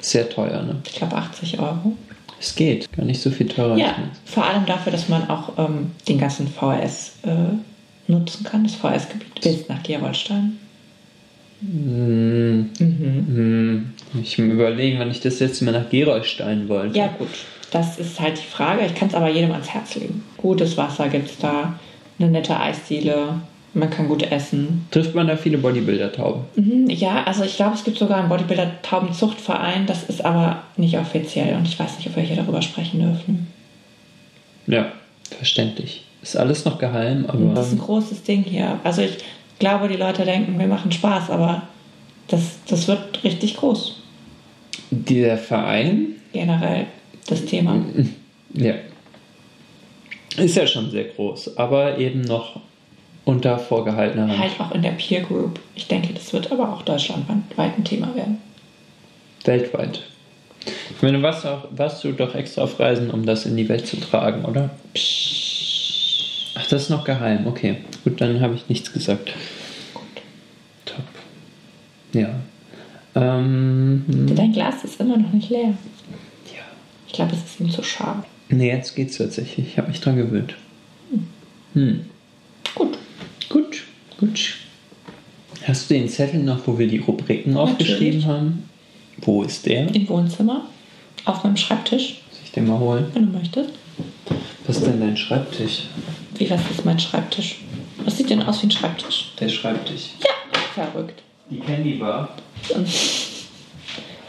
S2: Sehr teuer, ne?
S1: Ich glaube 80 Euro.
S2: Es geht. Gar nicht so viel teurer.
S1: Ja,
S2: als meins.
S1: vor allem dafür, dass man auch ähm, den ganzen VRS äh, nutzen kann, das VRS-Gebiet bis nach Gerolstein.
S2: Hm,
S1: Mhm.
S2: hm. Ich bin überlegen, wann ich das letzte Mal nach Gerolstein wollte.
S1: Ja, gut. Das ist halt die Frage. Ich kann es aber jedem ans Herz legen. Gutes Wasser gibt es da, eine nette Eisdiele, man kann gut essen.
S2: Trifft man da viele Bodybuilder-Tauben?
S1: Mhm, ja, also ich glaube, es gibt sogar einen Bodybuilder-Taubenzuchtverein, das ist aber nicht offiziell und ich weiß nicht, ob wir hier darüber sprechen dürfen.
S2: Ja, verständlich. Ist alles noch geheim, aber.
S1: Mhm. Das ist ein großes Ding hier. Also ich glaube, die Leute denken, wir machen Spaß, aber das, das wird richtig groß,
S2: Der Verein?
S1: generell, das Thema.
S2: Ja. Ist ja schon sehr groß, aber eben noch unter vorgehaltener Hand.
S1: Halt auch in der Peer Group. Ich denke, das wird aber auch deutschlandweit ein Thema werden.
S2: Weltweit. Ich meine, warst du, auch, warst du doch extra auf Reisen, um das in die Welt zu tragen, oder? Ach, das ist noch geheim. Okay, gut, dann habe ich nichts gesagt. Top. Ja. Ähm,
S1: Dein Glas ist immer noch nicht leer.
S2: ja.
S1: Ich glaube, es ist ihm zu schade.
S2: Nee, jetzt geht's tatsächlich. Ich habe mich dran gewöhnt. Hm.
S1: Gut.
S2: Gut, gut. Hast du den Zettel noch, wo wir die Rubriken aufgeschrieben haben? Wo ist der?
S1: Im Wohnzimmer, auf meinem Schreibtisch,
S2: Muss ich den mal holen?
S1: wenn du möchtest.
S2: Was ist denn dein Schreibtisch?
S1: Wie, was ist mein Schreibtisch? Was sieht denn aus wie ein Schreibtisch?
S2: Der Schreibtisch.
S1: Ja, verrückt.
S2: Die Candy Bar.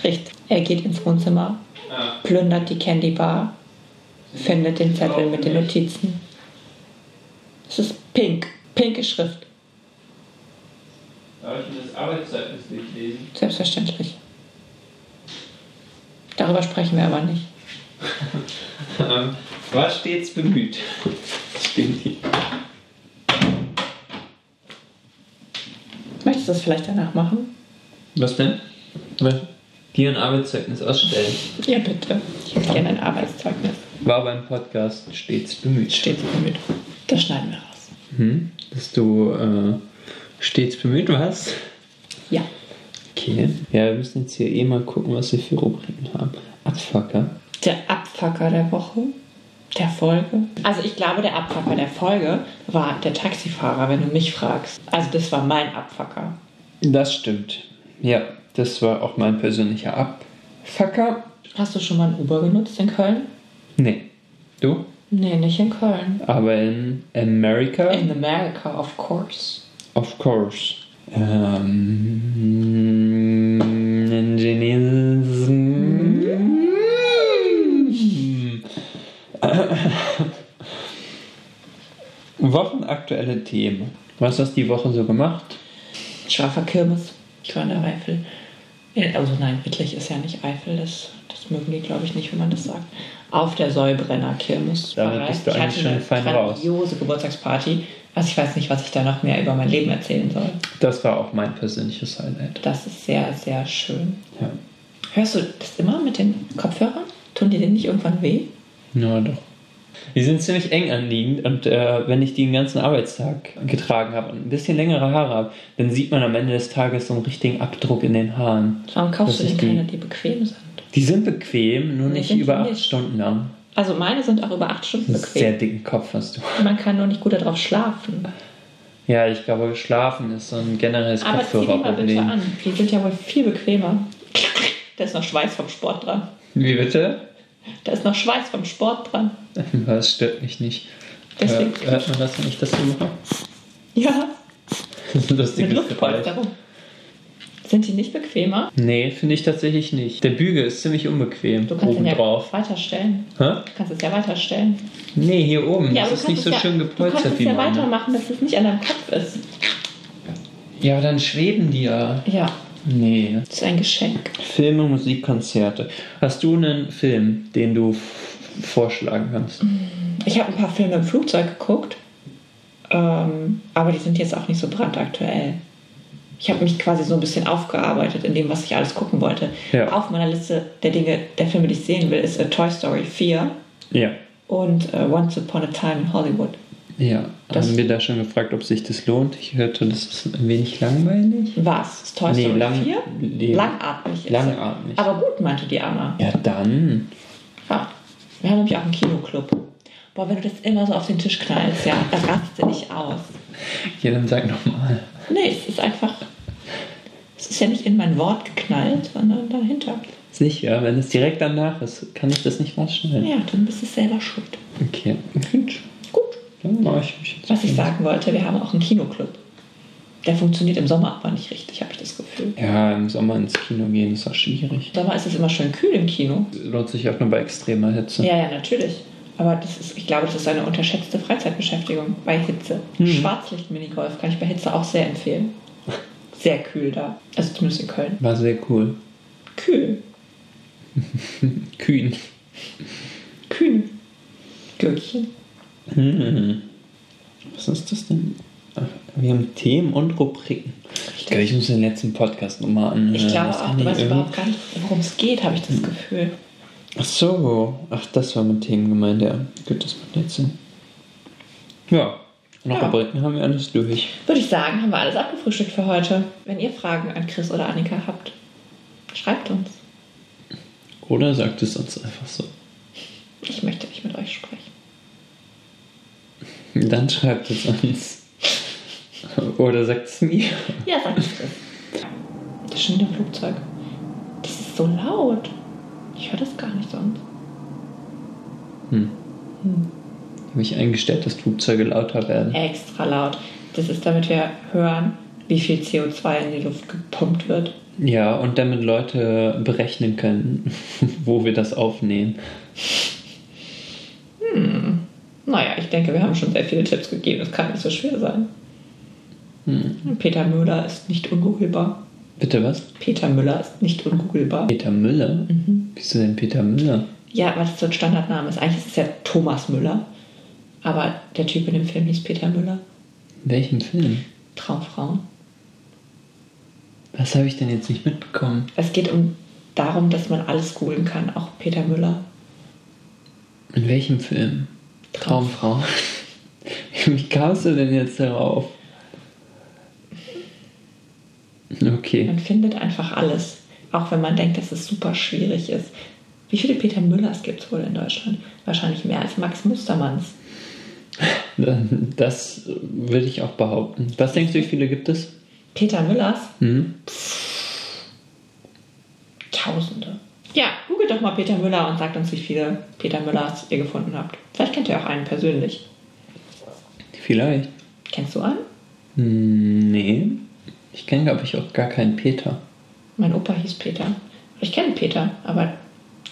S1: Richtig. Er geht ins Wohnzimmer, plündert die Candy Bar, findet den Zettel mit den Notizen. Es ist pink. Pinke Schrift.
S2: Darf ich mir das Arbeitszeugnis durchlesen?
S1: Selbstverständlich. Darüber sprechen wir aber nicht.
S2: War stets bemüht. Stimmt hier.
S1: Möchtest du das vielleicht danach machen?
S2: Was denn? Was? Dir ein Arbeitszeugnis ausstellen.
S1: Ja, bitte. Ich hätte gerne ein Arbeitszeugnis.
S2: War beim Podcast stets bemüht.
S1: Stets bemüht. Das schneiden wir raus.
S2: Hm? Dass du äh, stets bemüht warst.
S1: Ja.
S2: Okay. Ja, wir müssen jetzt hier eh mal gucken, was wir für Rubriken haben. Abfucker.
S1: Der Abfucker der Woche, der Folge. Also ich glaube, der Abfucker der Folge war der Taxifahrer, wenn du mich fragst. Also das war mein Abfucker.
S2: Das stimmt. Ja, das war auch mein persönlicher Abfucker.
S1: Hast du schon mal ein Uber genutzt in Köln?
S2: Nee. Du?
S1: Nee, nicht in Köln.
S2: Aber in America?
S1: In America, of course.
S2: Of course. Ähm, Engineers. Wochenaktuelle Themen. Was hast du die Woche so gemacht?
S1: Ich war auf der Kirmes. Ich war in der Eifel. Äh, Also nein, Wittlich ist ja nicht Eifel. Das, das mögen die, glaube ich, nicht, wenn man das sagt. Auf der Säubrenner Kirmes.
S2: Damit
S1: war
S2: bist du
S1: ich. Ich
S2: eigentlich
S1: hatte
S2: schon
S1: eine
S2: fein raus.
S1: grandiose Geburtstagsparty. Also ich weiß nicht, was ich da noch mehr über mein Leben erzählen soll.
S2: Das war auch mein persönliches Highlight.
S1: Das ist sehr, sehr schön.
S2: Ja.
S1: Hörst du das immer mit den Kopfhörern? Tun die denn nicht irgendwann weh?
S2: Ja, doch. Die sind ziemlich eng anliegend und äh, wenn ich die den ganzen Arbeitstag getragen habe und ein bisschen längere Haare habe, dann sieht man am Ende des Tages so einen richtigen Abdruck in den Haaren.
S1: Warum kaufst
S2: Das
S1: du
S2: ist
S1: denn keine,
S2: die-
S1: die bequem sind?
S2: Die sind bequem, nur
S1: Nee,
S2: nicht
S1: sind die
S2: über acht
S1: nicht.
S2: Stunden lang.
S1: Also meine sind auch über acht Stunden
S2: Sehr
S1: bequem.
S2: dicken Kopf hast du.
S1: Man kann nur nicht gut darauf schlafen.
S2: Ja, ich glaube, schlafen ist so ein generelles
S1: Aber zieh die mal bitte
S2: Kopfhörerproblem.
S1: an. Die sind ja wohl viel bequemer. Da ist noch Schweiß vom Sport dran.
S2: Wie bitte?
S1: Da ist noch Schweiß vom Sport dran.
S2: Das stört mich nicht.
S1: Deswegen-
S2: Hör- Hört man das, wenn ich das so mache?
S1: Ja,
S2: Das ist ein
S1: mit
S2: lustiges Geräusch.
S1: Luftpolsterung. Sind die nicht bequemer?
S2: Nee, finde ich tatsächlich nicht. Der Bügel ist ziemlich unbequem.
S1: Du kannst den ja
S2: Obendrauf.
S1: weiterstellen.
S2: Hä?
S1: Du kannst es ja weiterstellen.
S2: Nee, hier oben.
S1: Ja, aber
S2: das
S1: du kannst
S2: ist nicht
S1: es
S2: so
S1: ja,
S2: schön
S1: Du kannst
S2: gepolstert
S1: es
S2: wie
S1: ja
S2: meine.
S1: weitermachen, dass es nicht an deinem Kopf ist.
S2: Ja, aber dann schweben die ja.
S1: Ja,
S2: Nee.
S1: das ist ein Geschenk.
S2: Filme, Musik, Konzerte. Hast du einen Film, den du f- vorschlagen kannst?
S1: Mhm. Ich habe ein paar Filme im Flugzeug geguckt, ähm, aber die sind jetzt auch nicht so brandaktuell. Ich habe mich quasi so ein bisschen aufgearbeitet in dem, was ich alles gucken wollte.
S2: Ja.
S1: Auf meiner Liste der Dinge, der Filme, die ich sehen will, ist äh, Toy Story 4
S2: Ja.
S1: und äh, Once Upon a Time in Hollywood.
S2: Ja,
S1: Das-
S2: haben wir da schon gefragt, ob sich das lohnt. Ich hörte, das ist ein wenig langweilig.
S1: Was? Ist Toy
S2: Nee,
S1: Story
S2: lang-
S1: 4?
S2: nee.
S1: Langatmig. ist
S2: Langatmig.
S1: er. Aber gut, meinte die Anna.
S2: Ja, dann.
S1: Ja. Wir haben nämlich auch einen Kinoclub. Boah, wenn du das immer so auf den Tisch knallst, ja, dann raste nicht aus.
S2: Ja, dann sag nochmal.
S1: Nee, es ist einfach. Es ist ja nicht in mein Wort geknallt, sondern dahinter.
S2: Sicher, wenn es direkt danach ist, kann ich das nicht rausschneiden.
S1: Ja, dann bist du selber schuld.
S2: Okay. Gut.
S1: Gut.
S2: Dann mache ich mich jetzt.
S1: Was ich sagen wollte, wir haben auch einen Kinoclub. Der funktioniert im Sommer aber nicht richtig, habe ich das Gefühl.
S2: Ja, im Sommer ins Kino gehen ist auch schwierig.
S1: Im Sommer ist es immer schön kühl im Kino.
S2: Lohnt sich auch nur bei extremer Hitze.
S1: Ja, ja, natürlich. Aber das ist, ich glaube, das ist eine unterschätzte Freizeitbeschäftigung bei Hitze. Schwarzlicht-Minigolf kann ich bei Hitze auch sehr empfehlen. Sehr kühl da. Also zumindest in Köln.
S2: War sehr cool.
S1: Kühl.
S2: Kühn.
S1: Kühn. Gürkchen.
S2: Was ist das denn? Wir haben Themen und Rubriken. Ich glaube, ich muss den letzten Podcast nochmal anhören.
S1: Ich glaube
S2: Das
S1: auch,
S2: Äh, haben
S1: du
S2: die Hm.
S1: weißt
S2: irgendwie-
S1: überhaupt gar nicht, worum es geht, habe ich das Gefühl.
S2: Ach so. Ach, das war mit Themen gemeint, ja. Gut, das macht jetzt Sinn. Ja. Noch
S1: Ja.
S2: Rubriken haben wir alles durch.
S1: Würde ich sagen, haben wir alles abgefrühstückt für heute. Wenn ihr Fragen an Chris oder Annika habt, schreibt uns.
S2: Oder sagt es uns einfach so.
S1: Ich möchte nicht mit euch sprechen.
S2: Dann schreibt es uns. Oder sagt es mir.
S1: Ja, sag ich Chris. Das ist schon wieder ein Flugzeug. Das ist so laut. Ich höre das gar nicht sonst.
S2: Hm.
S1: Hm.
S2: Habe ich eingestellt, dass Flugzeuge lauter werden.
S1: Extra laut. Das ist, damit wir hören, wie viel CO2 in die Luft gepumpt wird.
S2: Ja, und damit Leute berechnen können, wo wir das aufnehmen.
S1: Naja, ich denke, wir haben schon sehr viele Tipps gegeben. Es kann nicht so schwer sein.
S2: Hm.
S1: Peter Müller ist nicht ungoogelbar.
S2: Bitte was?
S1: Peter Müller ist nicht ungoogelbar.
S2: Peter Müller? Bist du denn Peter Müller?
S1: Ja, weil es so ein Standardname ist. Eigentlich ist es ja Thomas Müller. Aber der Typ in dem Film hieß Peter Müller.
S2: In welchem Film?
S1: Traumfrauen.
S2: Was habe ich denn jetzt nicht mitbekommen?
S1: Es geht um darum, dass man alles googeln kann, auch Peter Müller.
S2: In welchem Film? Traumfrau. Wie kamst du denn jetzt darauf? Okay.
S1: Man findet einfach alles. Auch wenn man denkt, dass es super schwierig ist. Wie viele Peter Müllers gibt es wohl in Deutschland? Wahrscheinlich mehr als Max Mustermanns.
S2: Dann- Das würde ich auch behaupten. Was denkst du, wie viele gibt es?
S1: Peter Müllers?
S2: Hm?
S1: Tausende. Ja, googelt doch mal Peter Müller und sagt uns, wie viele Peter Müllers ihr gefunden habt. Vielleicht kennt ihr auch einen persönlich.
S2: Vielleicht.
S1: Kennst du einen?
S2: Hm, Nee. Ich kenne, glaube ich, auch gar keinen Peter.
S1: Mein Opa hieß Peter. Ich kenne Peter, aber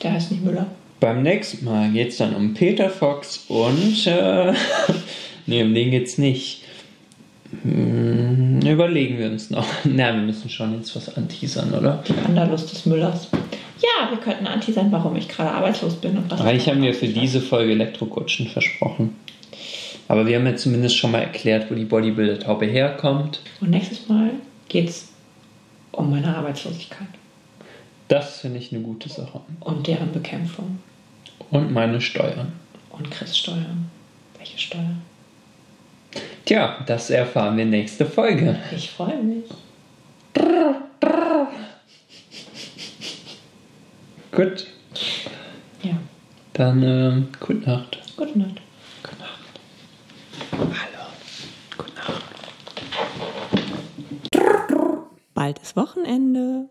S1: der heißt nicht Müller.
S2: Beim nächsten Mal geht es dann um Peter Fox und. Äh, nee, um den geht's nicht. Hm, Überlegen wir uns noch. Na, wir müssen schon jetzt was anteasern, oder?
S1: Die Wanderlust des Müllers. Ja, wir könnten Anti sein, warum ich gerade arbeitslos bin. Und was
S2: Eigentlich haben wir für diese Folge Elektrokutschen versprochen. Aber wir haben ja zumindest schon mal erklärt, wo die Bodybuilder-Taube herkommt.
S1: Und nächstes Mal geht's um meine Arbeitslosigkeit
S2: Das finde ich eine gute Sache.
S1: und deren Bekämpfung
S2: Und meine Steuern.
S1: und Chris Steuern. Welche Steuer?
S2: Tja, das erfahren wir nächste Folge.
S1: Ich freue mich.
S2: Gut,
S1: Ja,
S2: dann ähm, gute Nacht.
S1: gute Nacht.
S2: Gute Nacht.
S3: Bald ist Wochenende.